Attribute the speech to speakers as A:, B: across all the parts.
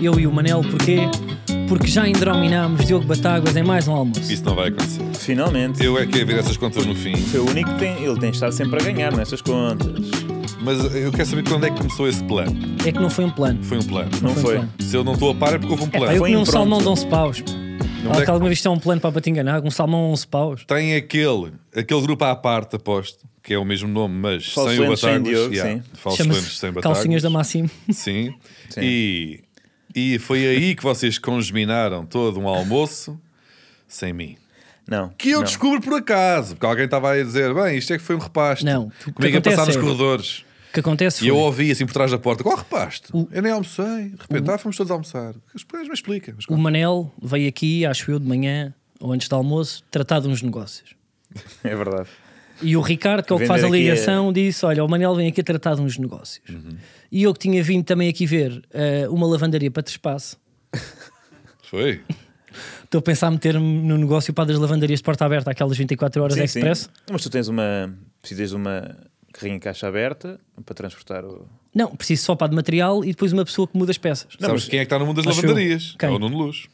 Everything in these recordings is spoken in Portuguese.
A: eu e o Manel, porquê? Porque já indrominámos Diogo Batáguas em mais um almoço.
B: Isso não vai acontecer.
C: Finalmente.
B: Eu é que ia ver essas contas no fim,
C: Foi o único que tem. Ele tem estado sempre a ganhar nestas contas.
B: mas eu quero saber quando é que começou esse plano.
A: É que não foi um plano.
B: Foi um plano.
C: Não foi.
A: plano.
B: Se eu não estou a par é porque houve um
A: Pá,
B: plano.
A: eu
C: foi
A: comi um
C: impronto.
A: salmão de 11 paus. pá.
B: Onde é
A: Ou
B: que-
A: que alguma vez tem um plano para para te enganar, um salmão 11 paus.
B: Tem aquele, aquele grupo à parte, aposto, que é o mesmo nome, mas
C: Falsos
B: sem o
C: Lentes, sem
B: Batáguas.
C: Diogo,
B: yeah.
C: sim.
B: Falsos Lentes, sem
A: Chama-se
B: Batáguas.
A: Calcinhas da Máximo.
B: Sim.
C: Sim.
B: E, e foi aí que vocês congeminaram todo um almoço sem mim.
C: Não.
B: Que eu
C: não.
B: descubro por acaso, porque alguém estava a dizer: bem, isto é que foi um repasto.
A: Não, o que
B: Comigo a
A: acontece
B: passar nos
A: é-
B: corredores.
A: O que acontece
B: E eu
A: foi,
B: ouvi assim por trás da porta: qual repasto?
A: Um-
B: Eu nem almocei. De repente, ah, fomos todos almoçar. Mas depois me explica. Mas
A: o Manel veio aqui, acho eu, de manhã, ou antes do almoço, tratar de uns negócios.
C: É verdade.
A: E o Ricardo, que é o que faz a
C: Vender aqui é-
A: ligação, disse: Olha, o Manel vem aqui tratar de uns negócios.
B: Uhum.
A: E eu que tinha vindo também aqui ver eh, uma lavandaria para trespasso,
B: foi.
A: estou a pensar em meter-me no negócio para das lavandarias de porta aberta, aquelas 24 horas
C: Sim, sim.
A: expresso.
C: Mas tu tens uma. Precisas de uma carrinha caixa aberta para transportar o.
A: Não, preciso só para de material e depois uma pessoa que muda as peças.
B: Sabes quem é que está no mundo das
A: Acho eu.
B: lavandarias? É
A: Quem?
B: o Nuno Luz.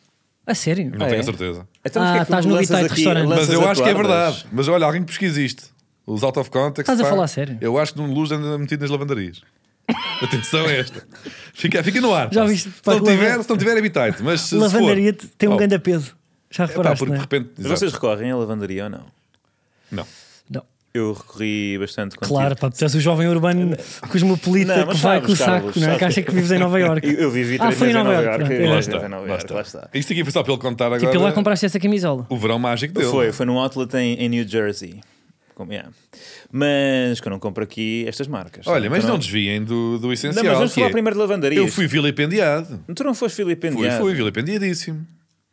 A: A sério?
B: Não
C: Ah,
B: tenho
C: é?
B: a certeza.
C: Então,
A: Ah,
C: porque é que tu
A: estás no
C: lanças
A: Bite
C: aqui-
A: Restaurante.
C: lanças
B: Mas eu
C: a
B: acho que é
C: toalha?
B: verdade. Mas olha, alguém que pesquisa isto. Os out of context.
A: Estás a
B: pá,
A: falar sério?
B: Eu acho que Nuno Luz anda metido nas lavandarias. Atenção a esta. Fica, fica no ar.
A: Já
B: pá.
A: viste?
B: Se não
A: Pá,
B: tiver, se não tiver habitat. Mas se- se
A: Lavandaria
B: for-
A: tem um
B: Oh,
A: grande peso. Já
B: é pá,
A: reparaste,
B: porque
A: não
B: de
A: é?
B: repente.
C: Mas
B: exato.
C: vocês recorrem à lavandaria ou não?
B: Não.
A: Não.
C: Eu recorri bastante quando
A: Claro,
C: tive-
A: pá, tu és o jovem urbano cosmopolita
C: Não,
A: que
C: mas
A: vai
C: sabes,
A: com o saco,
C: Carlos,
A: não é? Que
C: sabes.
A: acha que vives em Nova Iorque.
C: Eu, eu vivi
A: Ah,
C: três
A: foi
C: meses
A: em Nova Iorque,
C: Iorque,
A: pronto. é.
C: eu
B: Lá
C: vivi
B: está,
C: em Nova
B: lá
C: Iorque,
B: está.
C: lá está.
B: Isto aqui foi só para ele contar agora
A: Tipo, lá compraste essa camisola.
B: o verão mágico dele.
C: Foi, foi num outlet em, em New Jersey. Como, yeah. Mas que eu não compro aqui estas marcas.
B: Olha, mas
C: Então
B: não desviem do, do essencial.
C: Não, mas vamos
B: que
C: falar
B: é,
C: primeiro de lavandaria.
B: Eu fui vilipendiado.
C: Tu não foste
B: Fui,
C: filipendiado?
B: fui vilipendiadíssimo.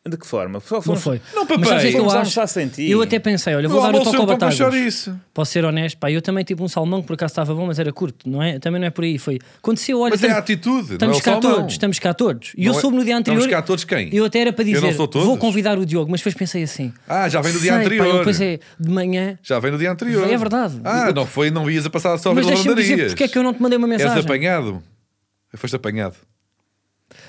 C: De que forma? Só
A: Não
C: fomos-
A: foi?
B: Não, papai.
A: Mas sabes o que é que eu
C: Fomos
A: acho?
C: almoçar sem ti.
A: Eu até pensei, olha, vou
B: Eu
A: dar o
B: almocei
A: toque ao
B: para puxar
A: Batáguas.
B: isso.
A: Posso ser honesto, pá, eu também tive um salmão que por acaso estava bom, mas era curto, não é? Também não é por aí. Foi. Aconteceu, olha.
B: Mas é
A: estamos-
B: a atitude, não é
A: Estamos
B: o
A: cá
B: salmão.
A: todos, estamos cá todos. E
B: Não
A: eu
B: é-
A: soube no dia anterior.
B: estamos cá todos quem?
A: Eu até era para
B: Eu não
A: dizer,
B: sou todos?
A: vou convidar o Diogo, mas depois pensei assim.
B: Ah, já vem do dia
A: sei, pá,
B: anterior.
A: eu pensei, de manhã.
B: Já vem no dia anterior.
A: É verdade.
B: Ah, não foi, não ias a passar só
A: Mas
B: pelas
A: deixa-me dizer
B: lavandarias.
A: porque é que eu não te mandei uma
B: És
A: mensagem.
B: apanhado. Foste apanhado.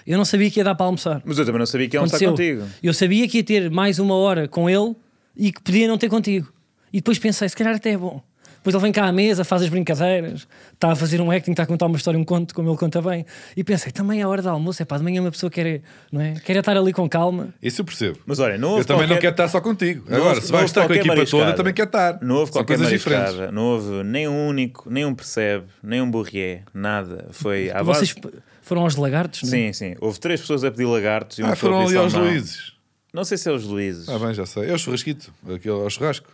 A: Eu não sabia que ia dar para almoçar.
C: Mas eu também não sabia que ele não está
A: Aconteceu.
C: contigo.
A: Eu sabia que ia ter mais uma hora com ele e que podia não ter contigo. E depois pensei, se calhar até é bom. Depois ele vem cá à mesa, faz as brincadeiras, está a fazer um acting, está a contar uma história, um conto, como ele conta bem. E pensei, também é hora de almoço, é pá, de manhã uma pessoa quer, é- não é? quer é estar ali com calma.
B: Isso eu percebo.
C: Mas olha, não
B: eu
C: houve
B: também não
C: qualquer-
B: quero estar só contigo.
C: Não
B: Agora,
C: houve-
B: se vais
C: não houve
B: estar com a
C: qualquer
B: equipa toda,
C: mariscada.
B: também quero estar.
C: Não
B: São
C: houve qualquer
B: coisas
C: mariscada,
B: diferentes.
C: não houve nem um único, nem um percebe, nem um bourrier, nada. Foi à base.
A: Vocês p- foram aos lagartos, não é?
C: Sim, sim. Houve três pessoas a pedir lagartos e
B: Ah,
C: uma pessoa
B: foram
C: a pedir
B: ali aos
C: salmão.
B: Luíses.
C: Não sei se é os Luíses.
B: Ah, bem, já sei. É o churrasquito. Aquele, é o churrasco.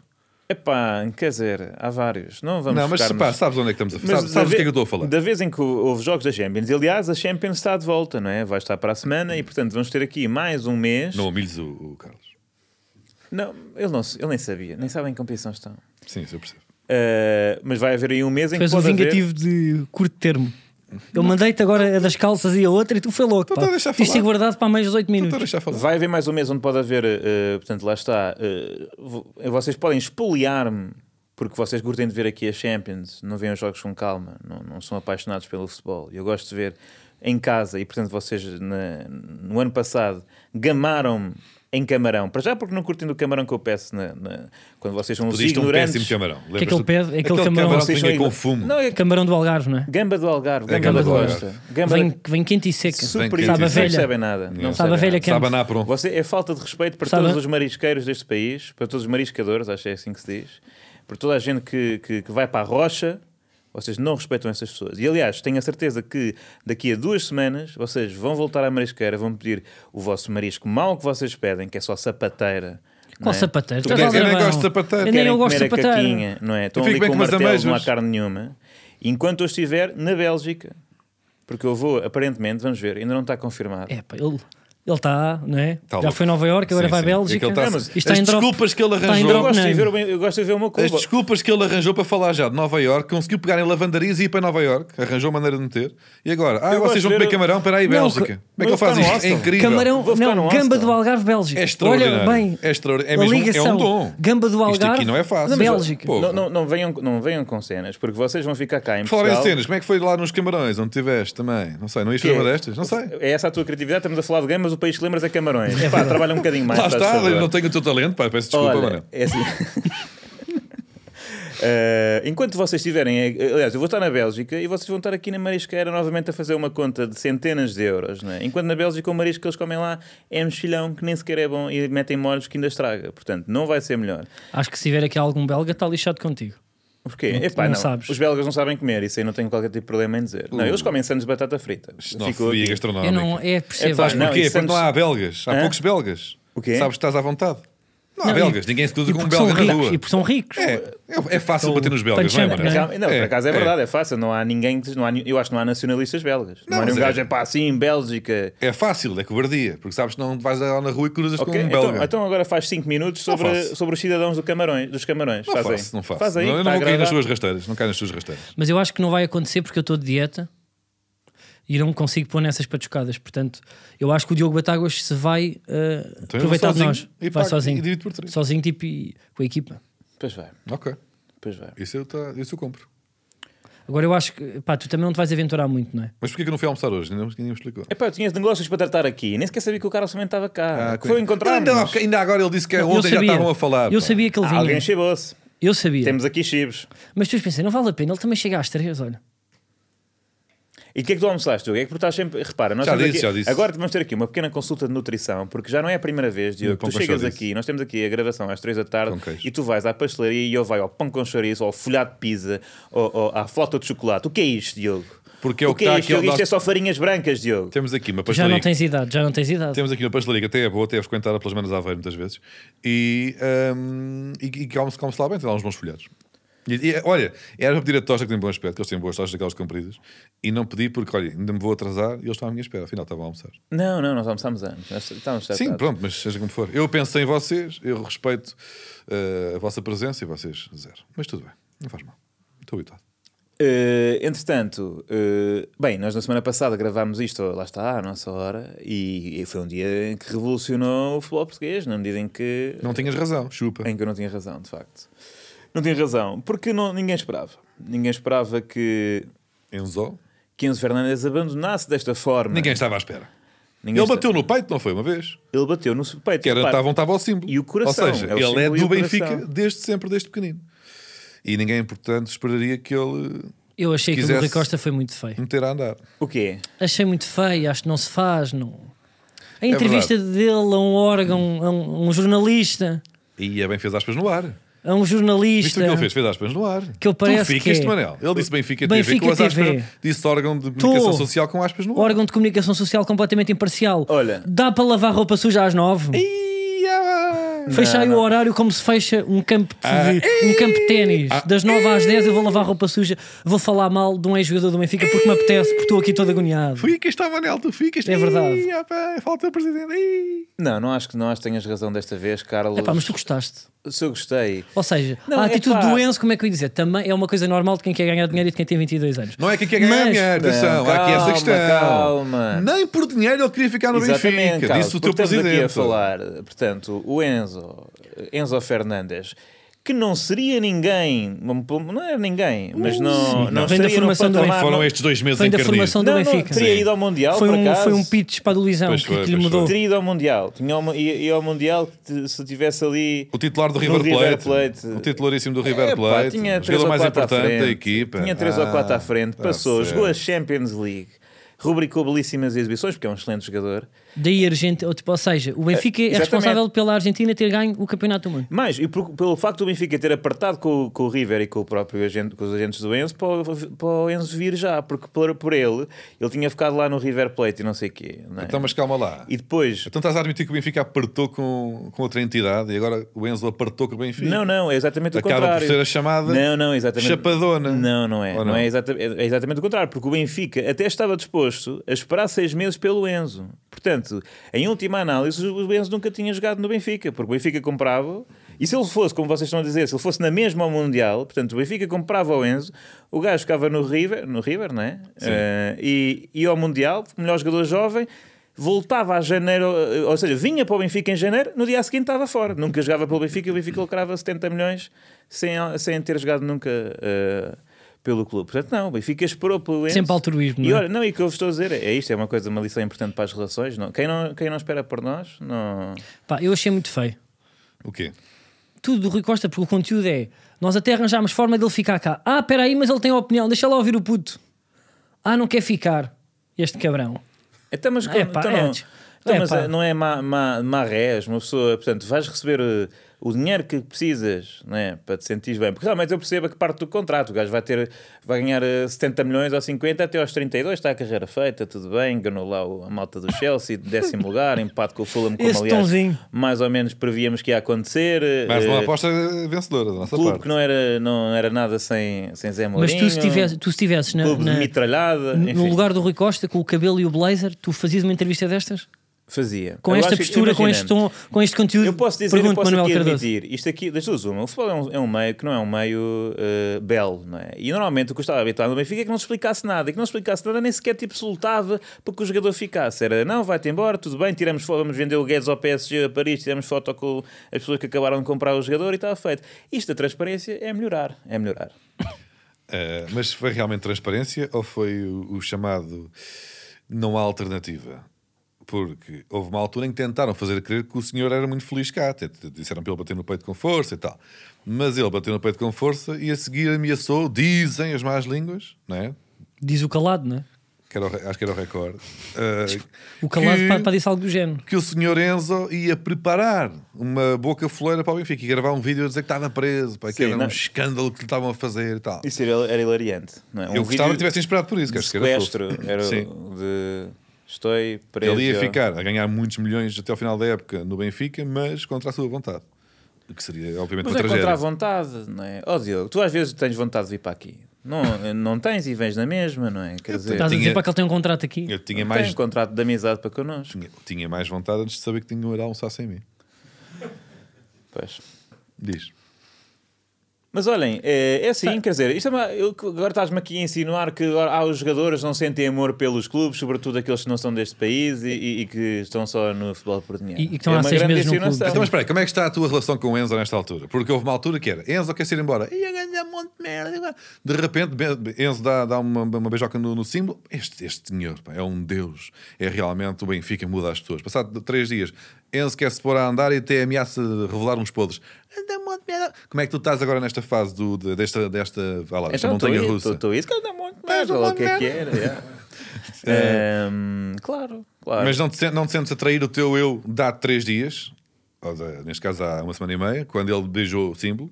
C: Epá, quer dizer, há vários. Não vamos
B: não, mas
C: focar-nos-
B: pá, sabes onde é que estamos a falar?
C: Mas
B: Sabes, sabes o que
C: da
B: é que
C: ve-
B: eu estou a falar?
C: Da vez em que houve jogos da Champions, e, aliás, a Champions está de volta, não é? Vai estar para a semana e, portanto, vamos ter aqui mais um mês.
B: Não humilhes o, o Carlos.
C: Não, ele, não, ele nem sabia, nem sabem em que competição estão.
B: Sim, isso eu percebo.
C: Ah, mas vai haver aí um mês em
A: Tu és
C: que
A: o
C: pode haver-
A: vingativo de curto termo. Eu mandei-te agora a das calças e a outra e tu foi logo.
B: Então,
A: pá.
B: tá, deixa
A: Isto
B: falar. Então
A: é guardado para mais 18
B: Estou a
A: minutos.
B: deixar falar.
C: Vai haver mais um mês onde pode haver, eh, portanto, lá está. eh, vo- vocês podem espoliar-me porque vocês curtem de ver aqui a Champions, não veem os jogos com calma, não, não são apaixonados pelo futebol. Eu gosto de ver em casa e, portanto, vocês na- no ano passado gamaram-me em camarão. Para já, porque não curtem do camarão que eu peço na- na- quando vocês são os
B: Pediste um
C: ignorantes.
B: péssimo camarão.
A: é que ele
B: Lembras-te?
A: pede? É aquele camarão-
B: que
C: Vocês são
B: vinha com
C: igno-
B: fumo.
C: Não, é
A: Camarão do Algarve, não é?
C: gamba do Algarve, gamba,
B: gamba
C: da
B: do
C: Costa.
B: Algarve.
C: Gamba
A: Vem,
C: da-
A: vem quente e seca.
B: Super
C: Super,
B: quente e
C: não
B: seca.
C: percebem nada. Não
A: Sabe a
C: percebem
A: velha
C: nada.
A: que
B: Sabe a pronto.
C: Você, é falta de respeito para
A: Sabe-
C: todos os marisqueiros deste país, para todos os mariscadores, acho que é assim que se diz, para toda a gente que, que, que vai para a rocha, vocês não respeitam essas pessoas. E aliás, tenho a certeza que daqui a duas semanas vocês vão voltar à marisqueira, vão pedir o vosso marisco mau que vocês pedem, que é só sapateira.
A: Qual
C: não é?
A: sapateiro?
B: Tu
A: Estás
B: queres-
A: a
B: eu nem
A: gravar,
B: gosto de
A: não.
B: sapateiro.
A: Eu nem
C: Querem
A: eu gosto de
C: comer a
A: sapateiro.
C: caquinha, não é? Estão
B: fico
C: ali
B: bem
C: com um
B: com umas
C: martelo, não há
B: amêijoas.
C: carne nenhuma. Enquanto eu estiver na Bélgica, porque eu vou, aparentemente, vamos ver, ainda não está confirmado.
A: É, pá, ele Ele está, não é? Já
B: Tá louco.
A: foi a Nova Iorque, agora
B: Sim,
A: vai
B: sim.
A: a Bélgica.
B: É que ele tá-
A: Não, mas isto está
B: as
A: em drop.
B: desculpas que ele
A: está em
B: arranjou.
C: Eu
A: drop,
C: gosto, de
A: não.
C: ver, uma- eu gosto de ver uma Cuba.
B: As desculpas que ele arranjou para falar já de Nova Iorque, conseguiu pegar em lavandarias e ir para Nova Iorque, arrumou maneira de meter. E agora, ah,
C: Eu gosto
B: vocês vão
C: de ver-
B: comer camarão, para aí,
A: Não,
B: Bélgica. Como é que
C: eu
B: ele faz isto?
C: vou ficar no
B: É
C: hostel.
B: incrível.
A: Camarão,
C: Vou ficar
A: não,
C: no
A: gamba
C: Aston.
A: do Algarve, Bélgica.
B: É extraordinário.
A: Olha bem,
B: É extraordinário. É
A: a
B: mesmo um- é um
A: ligação.
B: dom.
A: Gamba do
B: Isto
A: Algarve,
B: aqui não é fácil.
A: da
B: Mas,
A: Bélgica.
B: pô,
C: Não, não, não, venham, não venham com cenas, porque vocês vão ficar cá em
B: Falar em
C: Portugal.
B: cenas, como é que foi lá nos camarões, onde estiveste também? Não sei, não ias
C: Que
B: fazer
C: é-
B: uma destas? Não sei.
C: É essa a tua criatividade, estamos a falar de game, mas o país que lembras é Camarões. Pá, trabalha um bocadinho mais.
B: Lá
C: faz
B: está,
C: favor.
B: eu não tenho o teu talento, pá, peço desculpa,
C: Olha,
B: mano.
C: é assim. Eh, enquanto vocês estiverem. eh, Aliás, eu vou estar na Bélgica e vocês vão estar aqui na Marisqueira novamente a fazer uma conta de centenas de euros. Né? Enquanto na Bélgica o marisco que eles comem lá é mexilhão que nem sequer é bom e metem molhos que ainda estraga. Portanto, não vai ser melhor.
A: Acho que se tiver aqui algum belga, está lixado contigo.
C: Porquê?
A: Não-
C: Epá,
A: não
C: não.
A: sabes.
C: Os belgas não sabem comer, isso aí não tenho qualquer tipo de problema em dizer.
B: Uh.
C: Não, eles comem sandes de batata frita. Ficou
B: Xenofobia
C: aqui.
A: Eu
B: gastronómica.
A: não, é, percebo.
C: pá,
A: acho.
C: não,
B: Porquê?
C: isso
B: Porque não
C: antes-
B: há belgas. Há
C: Hã?
B: poucos belgas.
C: O quê?
B: Sabes que estás à vontade. Não há
A: Não, e-
B: belgas. Ninguém se cruza
A: E
B: com um
A: porque são
B: belga na
A: ricos.
B: rua.
A: E porque são ricos.
B: É, é- é fácil
A: Então,
B: bater nos belgas, não é,
A: punch-up,
B: Manoel?
A: não é?
C: Calma, Não, por acaso é verdade, é. fácil. Não há ninguém que. Não há, eu acho que não há nacionalistas belgas.
B: Não,
C: Não, há nenhum
B: mas é-
C: gajo, é pá, assim, Bélgica.
B: É fácil, é cobardia, porque sabes que não vais lá na rua e cruzas
C: Ok,
B: com um
C: então,
B: belga.
C: então agora faz 5 minutos
B: Não
C: sobre,
B: faço.
C: sobre os cidadãos do camarões, dos Camarões.
B: não
C: faz aí.
B: faço, não faço.
C: Faz aí,
B: não, eu não
C: tá
B: vou cair
C: agradável.
B: nas tuas rasteiras, não caio nas tuas rasteiras.
A: Mas eu acho que não vai acontecer porque eu estou de dieta e não consigo pôr nessas patuscadas. Portanto, eu acho que o Diogo Batáguas se vai eh,
B: eu
A: aproveitar de
B: Então sozinho
A: nós.
B: e
A: vai
B: pago-
A: sozinho.
B: e divido por três.
A: Sozinho, tipo, e com a equipa.
C: Pois vai,
B: Ok,
C: pois vai.
B: isso eu, tá- isso eu compro.
A: Agora eu acho que, pá, tu também não te vais aventurar muito, não é?
B: Mas porquê que eu não fui almoçar hoje? Ninguém, ninguém me explicou.
C: Epá, eu tinha negócios para tratar aqui, nem sequer sabia que o cara somente estava cá.
B: Ah,
C: que foi encontrar
B: ainda, há- ainda agora ele disse que
A: Eu
B: É, ontem já
A: sabia.
B: estavam a falar.
A: Eu
B: pá.
A: sabia que ele vinha.
C: Ah, Alguém chibou-se.
A: Eu sabia.
C: Temos aqui chibos.
A: Mas depois pensei, não vale a pena, ele também chega às três, olha.
C: E o que é que tu almoçaste, Diogo? É que tu estás sempre. Repara, nós
B: Já
C: temos
B: disse,
C: aqui-
B: já disse.
C: Agora vamos ter aqui uma pequena consulta de nutrição, porque já não é a primeira vez, Diogo.
B: Meu
C: que
B: pão
C: Tu
B: com
C: chegas
B: chouriço.
C: aqui, nós temos aqui a gravação às 3 da tarde
B: Com queijo.
C: e tu vais à pastelaria e eu vai ao pão com chouriço, ou ao folhado de pizza, ou, ou à flauta de chocolate. O que é isto, Diogo?
B: Porque é o
C: o
B: que
C: que
B: está
C: é
B: aqui
C: isto, Diogo?
B: ao
C: Isto é
B: nosso-
C: só farinhas brancas, Diogo.
B: Temos aqui uma
A: Já
B: pastelaria.
A: não tens idade, já não tens idade.
B: Temos aqui uma pastelaria que até é boa, até é frequentada pelas manas à Aveiro muitas vezes. E, hum, e, e que come-se come-se lá bem, tem lá uns bons folhados. E, e, olha, era para pedir a tosta que tem bom aspecto, que eles têm boas tostas, aquelas compridas. E não pedi porque, olha, ainda me vou atrasar e eles estão à minha espera. Afinal, estavam a almoçar.
C: Não, não, nós almoçámos antes. Nós Tá. estávamos
B: Sim,
C: tratados.
B: pronto, mas seja como for. Eu pensei em vocês, eu respeito eh, a vossa presença e vocês, zero. Mas tudo bem, não faz mal. Estou habituado.
C: Eh, entretanto, eh, bem, nós na semana passada gravámos isto, lá está, à nossa hora, e, e foi um dia em que revolucionou o futebol português, na medida em que.
B: Não tinhas razão, chupa.
C: Em que eu não tinha razão, de facto. Não tinha razão, porque não, ninguém esperava. Ninguém esperava que
B: Enzo,
C: que Enzo Fernandes abandonasse desta forma.
B: ninguém estava à espera.
C: é? Ninguém
B: ele
C: está-
B: bateu no peito, não foi uma vez?
C: Ele bateu no seu peito.
B: Que era,
C: repara.
B: estavam, estava ao símbolo.
C: E o coração,
B: Ou seja,
C: é o
B: ele é
C: símbolo e
B: do
C: o
B: Benfica
C: coração.
B: desde sempre, desde pequenino. E ninguém, portanto, esperaria que ele
A: Eu achei que o Rui
B: Quisesse-
A: Costa foi muito feio.
B: meter a andar.
C: O quê?
A: Achei muito feio, acho que não se faz, não.
B: É
A: A entrevista dele a um órgão, a um, a um jornalista,
B: E é bem fez aspas no ar.
A: a um
B: Visto
A: jornalista.
B: o
C: é
B: que ele fez, fez aspas no ar.
A: Que ele parece
B: tu
A: que
B: ficas,
A: é-
B: Manel. Ele disse Benfica, TV,
A: Benfica
B: com as
A: TV.
B: aspas, disse órgão de comunicação social com aspas no ar.
A: Órgão de comunicação social completamente imparcial.
C: Olha.
A: Dá para lavar roupa suja às nove.
B: Ih, ah, bem.
A: Fecha aí o horário como se fecha um campo de,
B: Ah,
A: um campo de ténis.
B: ah,
A: das 9 às 10 eu vou lavar roupa suja, vou falar mal de um ex-jogador do Benfica porque me apetece, porque estou aqui todo agoniado.
B: Ficas, está Manel, tu ficas.
A: É verdade.
B: Ih, ah, bem, falta o presidente. Ih.
C: Não, não acho que não acho que tenhas razão desta vez, Carlos.
A: Epá, mas tu gostaste.
C: Se eu gostei.
A: Ou seja,
C: Não,
A: a atitude
C: epá.
A: do Enzo, como é que eu ia dizer? Também é uma coisa normal de quem quer ganhar dinheiro e de quem tem 22 anos.
B: Não é que quer ganhar
A: Mas-
B: dinheiro, atenção,
C: Não,
B: há aqui essa
C: calma,
B: questão.
C: calma.
B: Nem por dinheiro ele queria ficar no Benfica,
C: Carlos,
B: disse o
C: porque
B: teu
C: estamos
B: presidente.
C: aqui a falar, portanto, o Enzo, Enzo Fernandes, que não seria ninguém, não era ninguém, mas não, não,
A: Vem da
C: estaria no
A: formação do
C: patamar,
A: Benfica.
B: Foram
C: não-
B: estes dois meses
A: Vem
B: em
A: da formação do
C: Não, não,
A: Benfica.
C: teria ido ao Mundial,
A: Foi
C: por
A: um,
C: acaso.
A: foi um pitch para a do Lisão
B: Pois
A: que,
B: foi,
A: que lhe
B: pois
A: mudou.
C: Teria ido ao Mundial. Tinha ao, ia, ia ao Mundial te- se tivesse ali.
B: O titular do
C: No
B: River Plate,
C: River Plate.
B: O titularíssimo do
C: É,
B: River
C: pá,
B: Plate.
C: tinha
B: o
C: 3 ou
B: jogador mais
C: 4 à
B: importante
C: frente.
B: da equipa.
C: Tinha 3 ou
B: Ah,
C: 4 à frente,
B: tá
C: passou,
B: certo.
C: jogou a Champions League, rubricou belíssimas exibições, porque é um excelente jogador.
A: Daí a Argentina, ou, tipo, ou seja, o Benfica é
C: exatamente.
A: responsável pela Argentina ter ganho o Campeonato do Mundo.
C: Mais, e por- pelo facto do Benfica ter apertado com, o- com o River e com, o próprio agente, com os agentes do Enzo, para, o- para o Enzo vir já, porque por, por ele, ele tinha ficado lá no River Plate e não sei o quê. não é?
B: Então, mas calma lá.
C: E depois.
B: Então estás a admitir que o Benfica apertou com, com outra entidade e agora o Enzo apertou com o Benfica.
C: Não, não, é exatamente o
B: então, Acaba por
C: contrário.
B: ser a chamada
C: não, não, exatamente.
B: chapadona.
C: Não, não é.
B: Ou
C: Não,
B: não?
C: É, exata- é exatamente o contrário, porque o Benfica até estava disposto a esperar seis meses pelo Enzo. Portanto, em última análise, o Enzo nunca tinha jogado no Benfica, porque o Benfica comprava. E se ele fosse, como vocês estão a dizer, se ele fosse na mesma ao Mundial, portanto, o Benfica comprava o Enzo, o gajo ficava no River, no River, não é? Eh, e ia ao Mundial, melhor jogador jovem, voltava a janeiro, eh, ou seja, vinha para o Benfica em janeiro, no dia seguinte estava fora. Nunca jogava pelo Benfica e o Benfica lucrava 70 milhões sem, sem ter jogado nunca eh, pelo clube. Portanto, não, o Benfica esperou pelo Enzo.
A: Sempre altruísmo,
C: E
A: não é?
C: olha, não, e o que eu vos estou a dizer é isto, é uma coisa, uma lição importante para as relações. Não, quem, não, quem não espera por nós, não...
A: Pá, eu achei muito feio.
B: O quê?
A: Tudo do Rui Costa, porque o conteúdo é nós até arranjámos forma dele ficar cá. Ah, espera aí, mas ele tem opinião, deixa lá ouvir o puto. Ah, não quer ficar, este cabrão.
C: Então, mas como-
A: Epá,
C: então
A: é,
C: não,
A: tch-
C: então,
A: epá.
C: mas é- não é má, má, má rés, uma pessoa, portanto, vais receber eh, o dinheiro que precisas não é, para te sentir bem, porque realmente eu percebo que parte do contrato, o gajo vai ter, vai ganhar eh, 70 milhões ou 50 até aos 32, está a carreira feita, tudo bem, ganhou lá o- a malta do Chelsea, décimo lugar, empate com o Fulham, como
A: Esse
C: aliás,
A: tonzinho.
C: mais ou menos prevíamos que ia acontecer. eh,
B: Mais uma
C: eh,
B: aposta vencedora da nossa
C: Clube
B: parte.
C: que não era, não era nada sem, sem Zé
A: Mas
C: Mourinho.
A: tu se tivesses, tu se tivesses na-
C: Clube de
A: na-
C: mitralhada.
A: no
C: enfim,
A: lugar do Rui Costa, com o cabelo e o blazer, tu fazias uma entrevista destas?
C: fazia.
A: Com
C: Eu
A: esta
C: acho que-
A: postura, com este
C: imagina,
A: tom, com este conteúdo?
C: Eu posso dizer,
A: Pergunto
C: eu posso
A: Manuel
C: aqui
A: Cardoso.
C: admitir, isto aqui, das duas uma, o futebol é um, é um meio que não é um meio eh, belo, não é? E normalmente o que eu estava habituado no Benfica é que não se explicasse nada, e que não se explicasse nada, nem sequer tipo soltava para que o jogador ficasse. Era, não, vai-te embora, tudo bem, tiramos foto, vamos vender o Guedes ao PSG a Paris, tiramos foto com as pessoas que acabaram de comprar o jogador e estava feito. Isto da transparência é melhorar, é melhorar.
B: Eh, mas foi realmente transparência ou foi o, o chamado não há alternativa? Porque houve uma altura em que tentaram fazer crer que o senhor era muito feliz cá. até te- Disseram para ele bater no peito com força e tal. Mas ele bateu no peito com força e a seguir ameaçou, dizem as más línguas, não é?
A: Diz o calado, não é?
B: Que era o re- acho que era o recorde. eh,
A: O calado
B: que-
A: para, para dizer algo do género.
B: que o senhor Enzo ia preparar uma boca foleira para o Benfica e gravar um vídeo a dizer que estava preso, para que
C: Sim,
B: era
C: não.
B: um escândalo que lhe estavam a fazer e tal.
C: Isso era, era hilariante, não é? Um
B: Eu gostava que
C: vídeo
B: tivessem esperado por isso, que
C: de
B: acho que era
C: sequestro,
B: fofo.
C: era
B: Sim.
C: de... Estou preso.
B: Ele ia
C: ó.
B: ficar a ganhar muitos milhões até ao final da época no Benfica, mas contra a sua vontade. O que seria, obviamente,
C: Mas
B: uma
C: é contra a
B: tragédia.
C: vontade, não é? Ó Diogo, tu às vezes tens vontade de vir para aqui. Não, não tens e vens na mesma, não é? Quer dizer,
A: Estás a dizer
B: tinha-
A: para que ele tem um contrato aqui?
B: Eu tinha
C: não
B: mais,
C: tens um contrato de amizade para connosco.
B: tinha, tinha mais vontade antes de saber que um tinham ir almoçar sem mim.
C: Pois.
B: Diz.
C: Mas olhem, é, é assim, quer dizer, isto é uma- eu- agora estás-me aqui a insinuar que agora há os jogadores que não sentem amor pelos clubes, sobretudo aqueles que não são deste país e, e- e que estão só no futebol por dinheiro.
A: E- e que estão
C: é
A: há
C: uma
A: seis
C: grande
A: meses no clube.
C: insinuação.
B: Então, mas espera, aí, como é que está a tua relação com o Enzo nesta altura? Porque houve uma altura que era Enzo quer ir embora, ia ganhar um monte de merda. e agora- De repente, Ben- Enzo dá, dá uma, uma beijoca no, no símbolo. Este, este senhor pá, é um deus. É realmente o Benfica muda as pessoas. Passado três dias, Enzo quer se pôr a andar e até ameaça de revelar uns podres. Anda um monte de merda. Como é que tu estás agora nesta fase do, de- desta, desta, vá lá, desta
C: Então,
B: montanha
C: estou-
B: russa?
C: estou- estou- Isso que eu dou muito
B: Estás
C: mais,
B: a
C: olha lá o que é
B: mandar.
C: que era. yeah. Ehm, claclaro, claro.
B: É. Mas não te, sen- não te sentes atraído o teu eu de há três dias, ou de- neste caso há uma semana e meia, quando ele beijou o símbolo?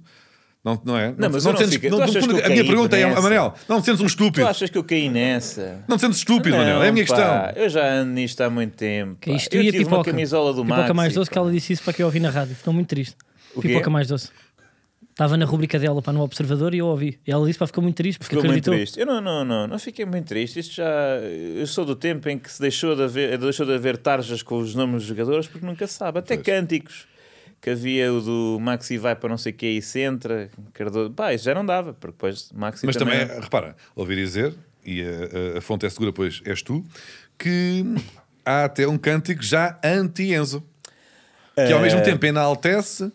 B: Não, não é?
C: Não, mas eu não
B: te sentes-
C: fico- tu achas
B: fundo,
C: que eu
B: a minha
C: caí
B: pergunta é,
C: nessa?
B: Manel, não te sentes um
C: Tu
B: estúpido?
C: achas que eu caí nessa?
B: Não te sentes estúpido, Manel, é a minha
C: pá,
B: questão.
C: Eu já ando nisto há muito tempo.
A: Que é
C: pá.
A: isto
C: eu
A: e a
C: tive
A: pipoca.
C: uma camisola do
A: pipoca
C: Maxi,
A: mais doce, que
C: pá.
A: ela disse isso para que eu ouvi na rádio. Ficou muito triste.
C: O quê?
A: Pipoca mais doce. Estava na rubrica dela para no Observador e eu ouvi. E ela disse para ficou muito triste porque
C: Ficou muito
A: acreditou.
C: triste. Eu não, não, não, não fiquei muito triste. Isto já. Eu sou do tempo em que se deixou de haver, deixou de haver tarjas com os nomes dos jogadores porque nunca se sabe. Até cânticos. Que havia o do Maxi vai para não sei o que e centra. Cardoso. Pá, isso já não dava, porque depois Maxi
B: Mas também,
C: também. é.
B: repara, ouvi dizer, e a, a- a fonte é segura, pois és tu, que há até um cântico já anti-Enzo, que ao
C: Eh,
B: mesmo tempo enaltece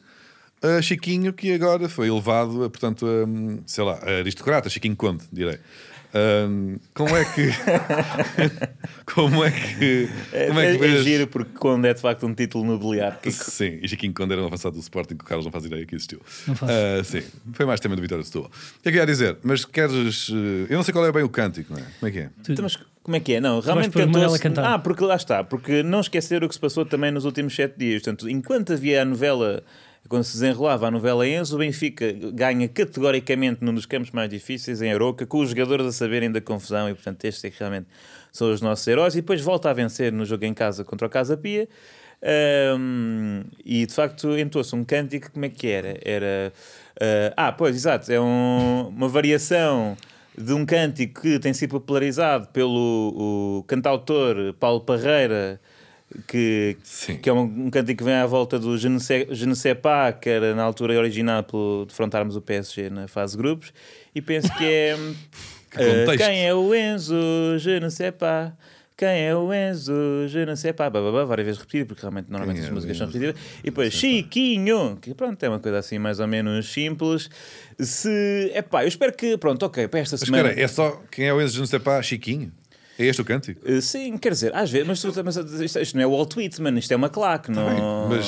B: a Chiquinho, que agora foi elevado, a, portanto, a, sei lá, a aristocrata, Chiquinho Conde, direi. Ahm, como é que. como é que. Como
C: é,
B: é que
C: é
B: vês-
C: giro porque quando é de facto um título nobiliário. que-
B: Sim, e Chiquinho quando era um avançado do Sporting, que o Carlos não faz ideia que existiu.
A: Não faço.
B: Ah, sim, foi mais tema do Vitória de Setúbal. O que é que eu ia dizer? Mas queres... eh, Eu não sei qual é bem o cântico, não é? Como é que é?
A: Tudo.
C: Então, mas como é que é? Não, realmente
A: pôr Manuela
C: cantou-se.
A: a cantar.
C: Ah, porque lá está, porque não esquecer o que se passou também nos últimos sete dias. Portanto, enquanto havia a novela, quando se desenrolava a novela Enzo, o Benfica ganha categoricamente num dos campos mais difíceis, em Aroca, com os jogadores a saberem da confusão e, portanto, estes é que realmente são os nossos heróis. E depois volta a vencer no jogo em casa contra o Casa Pia. Ahm, e de facto entrou-se um cântico, como é que era? Era. ah, ah, pois, exato, é um- uma variação de um cântico que tem sido popularizado pelo o cantautor Paulo Parreira, que,
B: Sim.
C: que é um, um cântico que vem à volta do Je ne sais, Je ne sais pas, que era na altura original pelo defrontarmos o PSG na fase de grupos, e penso que é eh,
B: contexto.
C: quem é o Enzo, Je ne sais pas. Quem é o Enzo? Je ne sais pas. Blá, blá, blá, várias vezes repetido, porque realmente normalmente
B: Quem
C: as
B: é o
C: músicas são
B: Enzo?
C: repetidas. E depois Chiquinho, que pronto, é uma coisa assim mais ou menos simples. Se. É pá, eu espero que. Pronto, ok, para esta
B: Mas
C: semana.
B: espera, é só quem é o Enzo Juncepá Chiquinho? É este o cântico?
C: Uh, Sim, quer dizer, às vezes, mas, tu- mas isto, isto não é o Walt Whitman, isto é uma claque, não.
B: bem,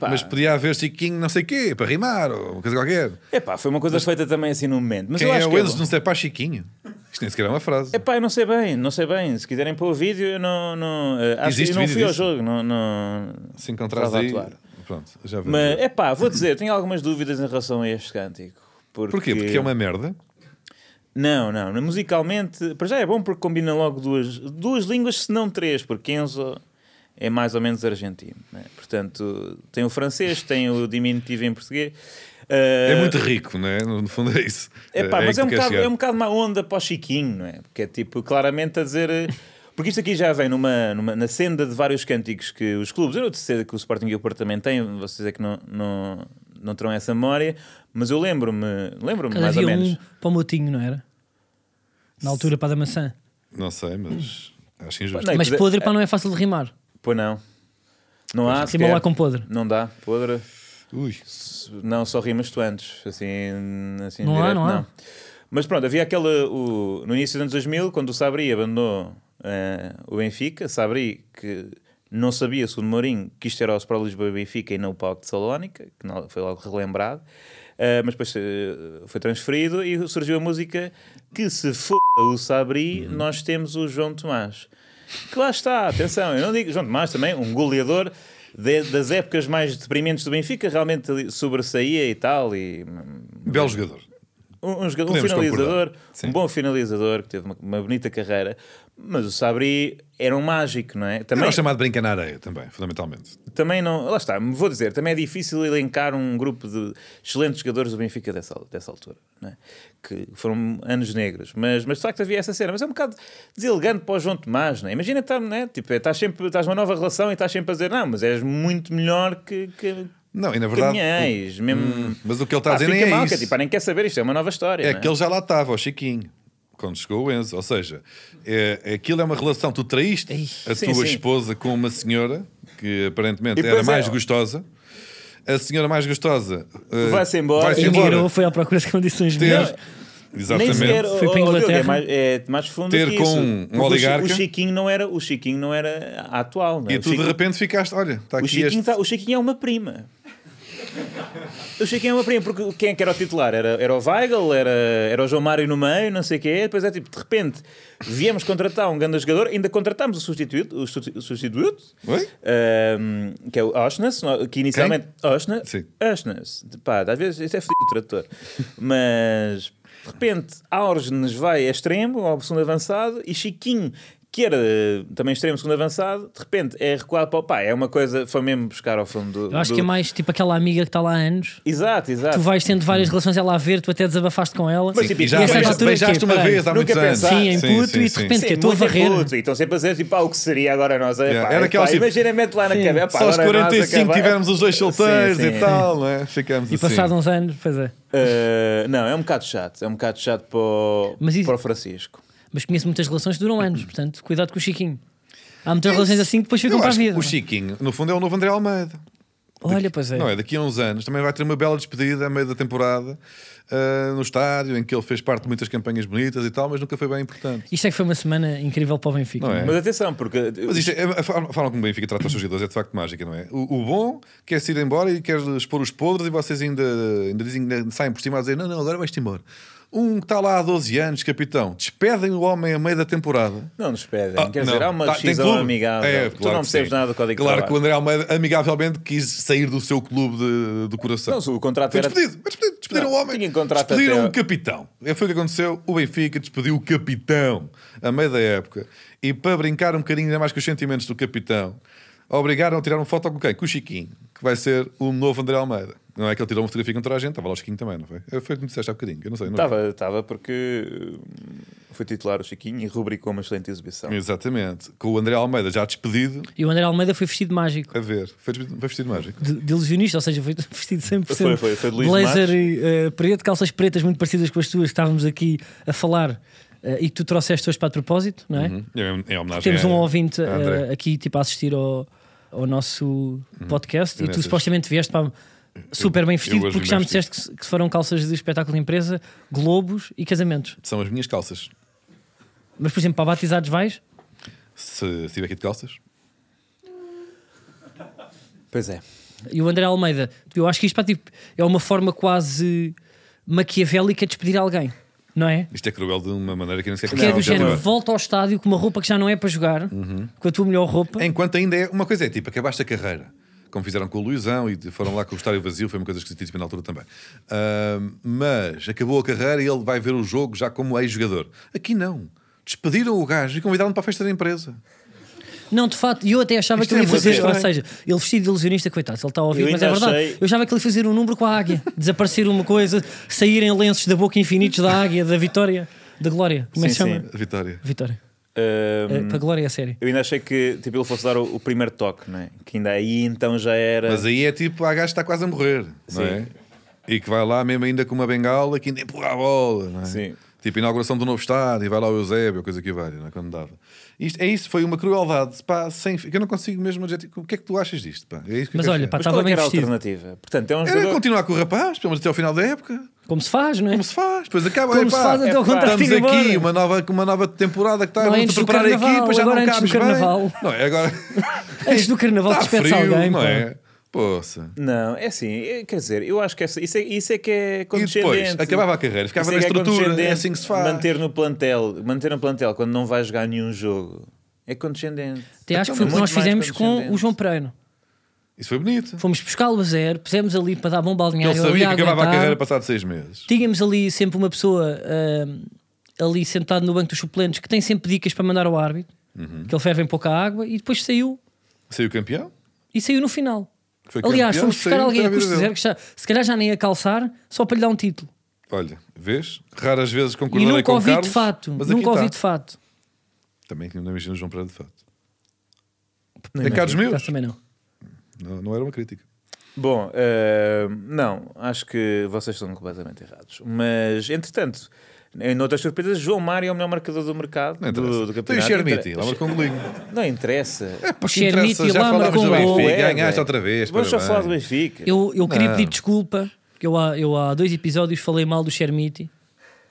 C: Pá.
B: Mas podia haver Chiquinho não sei quê, para rimar, ou uma coisa qualquer.
C: Epá, foi uma coisa feita também assim no momento. Mas
B: Quem
C: eu acho
B: é o
C: que. É
B: Enzo
C: bom.
B: Juncepá Chiquinho? Isto nem sequer é uma frase.
C: Epá, eu não sei bem, não sei bem. Se quiserem pôr o vídeo, eu não. não eh, acho
B: Existe
C: que eu não
B: vídeo
C: fui ao
B: disso?
C: jogo, não. não...
B: Se encontrares
C: Estava a
B: aí.
C: atuar.
B: Pronto, já vemos.
C: Mas, é epá, vou dizer, tenho algumas dúvidas em relação a este cântico. Porque...
B: Porquê? Porque é uma merda.
C: Não, não. Musicalmente, para já é bom porque combina logo duas, duas línguas, se não três, porque Enzo é mais ou menos argentino. né? Portanto, tem o francês, tem o diminutivo em português.
B: É muito rico, não é? No no fundo é isso.
C: Epá,
B: aí
C: mas
B: que
C: é um,
B: tu queres
C: bocado,
B: chegar.
C: é um bocado uma onda para o Chiquinho, não é? Porque é tipo, claramente a dizer. eh, Porque isto aqui já vem numa, numa- na senda de vários cânticos que os clubes, eu não sei que o Sporting e o Porto também têm, vocês é que não, não, não terão essa memória, mas eu lembro-me, lembro-me
A: Cada
C: mais ou
A: dia
C: menos.
A: um para o motinho, não era? Na altura para a da maçã.
C: é um
B: Não sei, mas acho injusto.
C: Não, e
A: Mas
C: poder-
A: podre para não é fácil de rimar.
C: Pois não. Não há.
A: Rima
C: Ah, sequer.
A: lá com podre.
C: Não dá. Podre. é?
B: Ui.
C: Se- Não, só rimas tu antes. Assim, assim
A: Não há,
C: direto,
A: não há.
C: Mas pronto, havia aquela. o- no início dos anos 2000, quando o Sabri abandonou eh, o Benfica, Sabri que. Não sabia, segundo Mourinho, que isto era o Sport Lisboa e Benfica e não o Palco de Salónica, que não- foi logo relembrado, Eh, mas depois eh, foi transferido e surgiu a música que se for o Sabri, nós temos o João Tomás. Que lá está, atenção, eu não digo João Tomás também, um goleador de- das épocas mais deprimentes do Benfica, realmente ali sobressaía e tal, e hum,
B: Belo jogador.
C: um, um jogador- um
B: Podemos
C: finalizador,
B: concordar, sim.
C: um bom finalizador que teve uma, uma bonita carreira, mas o Sabri era um mágico, não é?
B: Também
C: Também,
B: é chamado Brinca na Areia, também, fundamentalmente.
C: também não, lá está, me vou dizer, também é difícil elencar um grupo de excelentes jogadores do Benfica dessa, al- dessa altura, não é? que foram anos negros, mas, mas de facto havia essa cena, mas é um bocado deselegante para o João Tomás, não é? imagina estar, não é? tipo, é, estás sempre, estás numa nova relação e estás sempre a dizer, não, mas és muito melhor que, que,
B: Não, e na
C: que a
B: É verdade.
C: minha ex, mesmo...
B: Mas o que ele está a
C: Pá,
B: dizer
C: fica
B: nem é
C: mal, que
B: isso.
C: é tipo, "Ah, nem quer saber, isto é uma nova história.
B: É
C: não é?
B: que ele já lá estava, o Chiquinho, quando chegou o Enzo. Ou seja, é, aquilo é uma relação. Tu traíste a
C: Sim,
B: tua
C: sim.
B: esposa com uma senhora que aparentemente
C: E
B: era
C: depois é-
B: mais gostosa. A senhora mais gostosa eh,
C: Vai-se embora.
B: vai-se
A: E
B: embora.
A: migrou, foi à procura de condições
B: Ter,
A: melhores.
B: exatamente.
C: Nem sequer,
A: Foi
C: oh,
A: para
C: oh, Diogo,
A: Inglaterra.
C: é, mais, é mais fundo
B: Ter
C: que
B: com
C: isso.
B: um
C: Porque o Chi-
B: oligarca.
C: O Chiquinho não era, o Chiquinho não era atual. Não é?
B: E
C: o
B: tu de
C: Chiquinho,
B: repente ficaste, olha, está
C: o
B: aqui
C: Chiquinho
B: este.
C: tá- o Chiquinho é uma prima. O Chiquinho é uma prima, porque quem é que era o titular? Era, era o Weigl, era, era o João Mário no meio, não sei o quê. Depois é tipo, de repente, viemos contratar um grande jogador, ainda contratámos o substituto, o substi- o substituto
B: Oi?
C: Ahm, que é o Oshness, que inicialmente. Oshness,
B: Sim.
C: Oshness, pá, às vezes isto é fodido o tradutor, mas de repente Orgenes vai a extremo, ao segundo avançado, e Chiquinho, que era eh, também extremo, segundo avançado, de repente é recuado para o pá, é uma coisa, foi mesmo buscar ao fundo do.
A: Eu acho que é
C: do-
A: mais tipo aquela amiga que está lá há anos.
C: Exato, exato.
A: Tu vais tendo várias relações, ela a ver, tu até desabafaste com ela.
C: Mas, tipo,
B: E já
A: E é a certa
B: beijaste,
A: altura,
B: beijaste
A: quê?
B: uma
A: Peraí.
B: vez há muitos
C: Nunca
B: anos.
C: pensaste.
A: Sim, em puto e de repente- que é tua
C: muito é
A: varreira.
C: puto, e estão sempre a dizer tipo, ah, o que seria agora nós? É, pá,
B: era
C: é,
B: aquela,
C: pá,
B: tipo,
C: imagina, mete lá na cabeça. é pá,
B: Só aos
C: agora nós
B: 45
C: acaba-
B: tivemos os dois solteiros
C: Sim, sim.
B: e tal, não é? Ficamos
A: E
B: assim.
A: passado uns anos, pois é.
C: Uh, não, é um bocado chato. É um bocado chato para o,
A: Mas isso-
C: para o Francisco.
A: Mas conheço muitas relações que duram anos, portanto, cuidado com o Chiquinho. Há muitas relações assim que depois ficam
B: Uhum. Eu
A: para a
B: acho que
A: vida.
B: o Chiquinho, no fundo, é o novo André Almeida.
A: Olha, pois é.
B: Não é? Daqui a uns anos também vai ter uma bela despedida a meio da temporada ah, no estádio, em que ele fez parte de muitas campanhas bonitas e tal, mas nunca foi bem importante.
A: Isto é que foi uma semana incrível para o Benfica.
B: Não é?
A: não é?
C: Mas atenção, porque.
B: Mas isto é, a forma a forma como o Benfica trata os seus jogadores é de facto mágica, não é? O, o bom quer-se ir embora e quer expor os podres e vocês ainda, ainda dizem, ainda saem por cima a dizer: não, não, agora vais-te embora. Um que está lá há 12 anos, capitão, despedem o homem a meio da temporada.
C: Não nos pedem.
B: Ah,
C: É, Quer
B: não.
C: dizer, há uma
B: Tá, tem
C: decisão
B: clube.
C: amigável.
B: É,
C: tu
B: claro
C: não
B: que
C: percebes
B: sim.
C: nada do código
B: Claro
C: de
B: que o
C: trabalho.
B: André Almeida amigavelmente quis sair do seu clube de- do coração.
C: Não, o contrato
B: Foi
C: era-
B: despedido, mas despedido, despediram
C: Não,
B: o homem.
C: tinha contrato
B: despediram
C: até-
B: o capitão. É foi o que aconteceu. O Benfica despediu o capitão a meio da época. E para brincar um bocadinho ainda mais com os sentimentos do capitão, obrigaram a tirar uma foto com quem? Com o Chiquinho, que vai ser o novo André Almeida. Não é que ele tirou uma É, fotografia contra a gente, estava lá o Chiquinho também, não foi? Foi o que me disseste há bocadinho, eu não sei. Não
C: Estava, estava porque. uh, foi titular o Chiquinho e rubricou uma excelente exibição.
B: Exatamente. Com o André Almeida já despedido,
A: E o André Almeida foi vestido mágico.
B: a ver. Foi despedido, foi vestido mágico.
A: De, de ilusionista, ou seja, foi vestido 100%.
C: Foi, foi, foi de Luís
A: Blazer
C: Matos.
A: eh, preto, calças pretas muito parecidas com as tuas que estávamos aqui a falar eh, e que tu trouxeste hoje para de propósito, não
B: Uhum.
A: é?
B: Em, em homenagem
A: Temos
B: a-
A: um ouvinte
B: a André. Uhum.
A: eh, aqui tipo, a assistir ao, ao nosso podcast e tu
B: Nessas.
A: supostamente vieste pá, super bem vestido
B: hoje
A: porque
B: vim
A: já me
B: bem
A: disseste que, se- que foram calças de espetáculo de empresa, globos e casamentos.
B: São as minhas calças.
A: Mas, por exemplo, para batizados vais?
B: Se se estiver aqui de calças.
C: Pois é.
A: E o André Almeida, eu acho que isto pá, tipo, é uma forma quase maquiavélica de despedir alguém, não é?
B: Isto é cruel de uma maneira que eu nem sequer
A: Que é do
B: Não, já
A: género,
B: não é. Uhum.
A: volta ao estádio com uma roupa que já não é para jogar, com a tua melhor roupa.
B: Enquanto ainda é. Uma coisa é tipo, acabaste a carreira. Como fizeram com o Luizão e foram lá com o estádio vazio, foi uma coisa esquisitíssima na altura também. Ahm, mas acabou a carreira e ele vai ver o jogo já como ex-jogador. Aqui não. Despediram o gajo e convidaram-no para a festa da empresa.
A: Não, de fato, eu até achava
B: Isto
A: que ele
B: é
A: ia
B: muito
A: fazer, ou
B: estranho.
A: seja, ele vestido de ilusionista, coitado, se ele está a ouvir,
C: Eu
A: mas é
C: ainda
A: verdade.
C: achei-
A: Eu achava que ele ia fazer um número com a águia, desaparecer uma coisa, saírem lenços da boca infinitos da águia, da vitória, da glória. Como é que se
C: Sim,
A: chama?
C: sim.
B: A vitória.
A: Vitória.
C: Ahm,
A: É, para glória é sério.
C: Eu ainda achei que tipo, ele fosse dar o, o primeiro toque, não é? Que ainda aí então já era.
B: Mas aí é tipo, a gajo que está quase a morrer.
C: Sim.
B: Não é? E que vai lá mesmo ainda com uma bengala que ainda empurra a bola. Não é?
C: Sim.
B: Tipo, inauguração do novo estádio, e vai lá o Eusébio, coisa que vale, não é? quando dava. Isto, é isso, foi uma crueldade, pá, sem fim, que eu não consigo mesmo adjetivo. O que é que tu achas disto, pá? É isso que eu
A: Mas olha,
B: quero saber.
A: pá, tá-
C: Mas qual
A: estava
C: é que
A: bem
C: era a
A: vestido.
C: alternativa? Portanto, é um
B: Era
C: jogador.
B: continuar com o rapaz, pelo menos até ao final da época.
A: Como se faz, não é?
B: Como se faz? Depois acaba.
A: Como
B: epá,
A: se faz então, até
C: epá,
A: ao contrato
B: Estamos
A: ir embora.
B: aqui, uma nova, uma nova temporada que está
A: Não,
B: vamos
A: antes do
B: preparar aqui,
A: carnaval,
B: depois já
A: agora
B: não
A: antes do
B: cabes bem.
A: carnaval.
B: Não, é agora.
A: Antes do carnaval
B: Está
A: despedes
B: frio,
A: alguém,
B: não
A: pá.
B: é? Poça.
C: Não, é assim, é- quer dizer, eu acho que essa- isso, é, isso é que é
B: E
C: condescendente.
B: depois, acabava a carreira, ficava
C: Isso
B: na
C: é que é
B: estrutura, é
C: condescendente.
B: assim que se faz.
C: Manter no plantel, manter no plantel quando não vais jogar nenhum jogo, é condescendente.
A: Até acho que
C: Então,
A: foi o que nós
C: é muito mais
A: fizemos com o
C: condescendente.
A: João Pereira.
B: Isso foi bonito.
A: Fomos buscá-lo a zero, pusemos ali para dar bom
B: Ele
A: balneário. ali
B: sabia que acabava a
A: aguentar.
B: carreira passado seis meses.
A: Tínhamos ali sempre uma pessoa ahm, ali sentada no banco dos suplentes que tem sempre dicas para mandar ao árbitro,
B: Uhum.
A: que ele ferve em pouca água e depois saiu
B: Saiu campeão.
A: e saiu no final.
B: Foi
A: Aliás,
B: campeão,
A: fomos buscar
B: saiu
A: alguém a
B: da vida
A: custo
B: dele.
A: zero que já- se calhar já nem ia calçar só para lhe dar um título.
B: Olha, vês? Raras vezes
A: E
B: concordei
A: nunca
B: é com o
A: ouvi
B: Carlos.
A: de fato,
B: mas aqui
A: nunca ouvi
B: está.
A: de fato.
B: Também que não imagino o João Pereira de fato.
C: Não
B: É Carlos
A: Por acaso
B: Meus?
A: também não.
B: Não, não era uma crítica.
C: Bom, eh, não, acho que vocês estão completamente errados. Mas, entretanto, em outras surpresas, João Mário é o melhor marcador do mercado
B: Não interessa.
C: do, do
B: Tem o
C: campeonato.
B: Xermiti,
C: Não
B: lá
C: interessa.
B: marcou um golinho.
C: Não interessa.
A: O
B: que interessa,
A: Ah, Xermiti
B: já
A: lá
B: falámos
A: marcou
B: do
A: um gol.
B: Benfica.
C: É,
B: ganhaste
C: é.
B: outra vez,
C: Vamos só
B: parabéns.
C: falar do Benfica.
A: Eu, eu queria
B: Não.
A: pedir desculpa, que eu há, eu há dois episódios falei mal do Xermiti.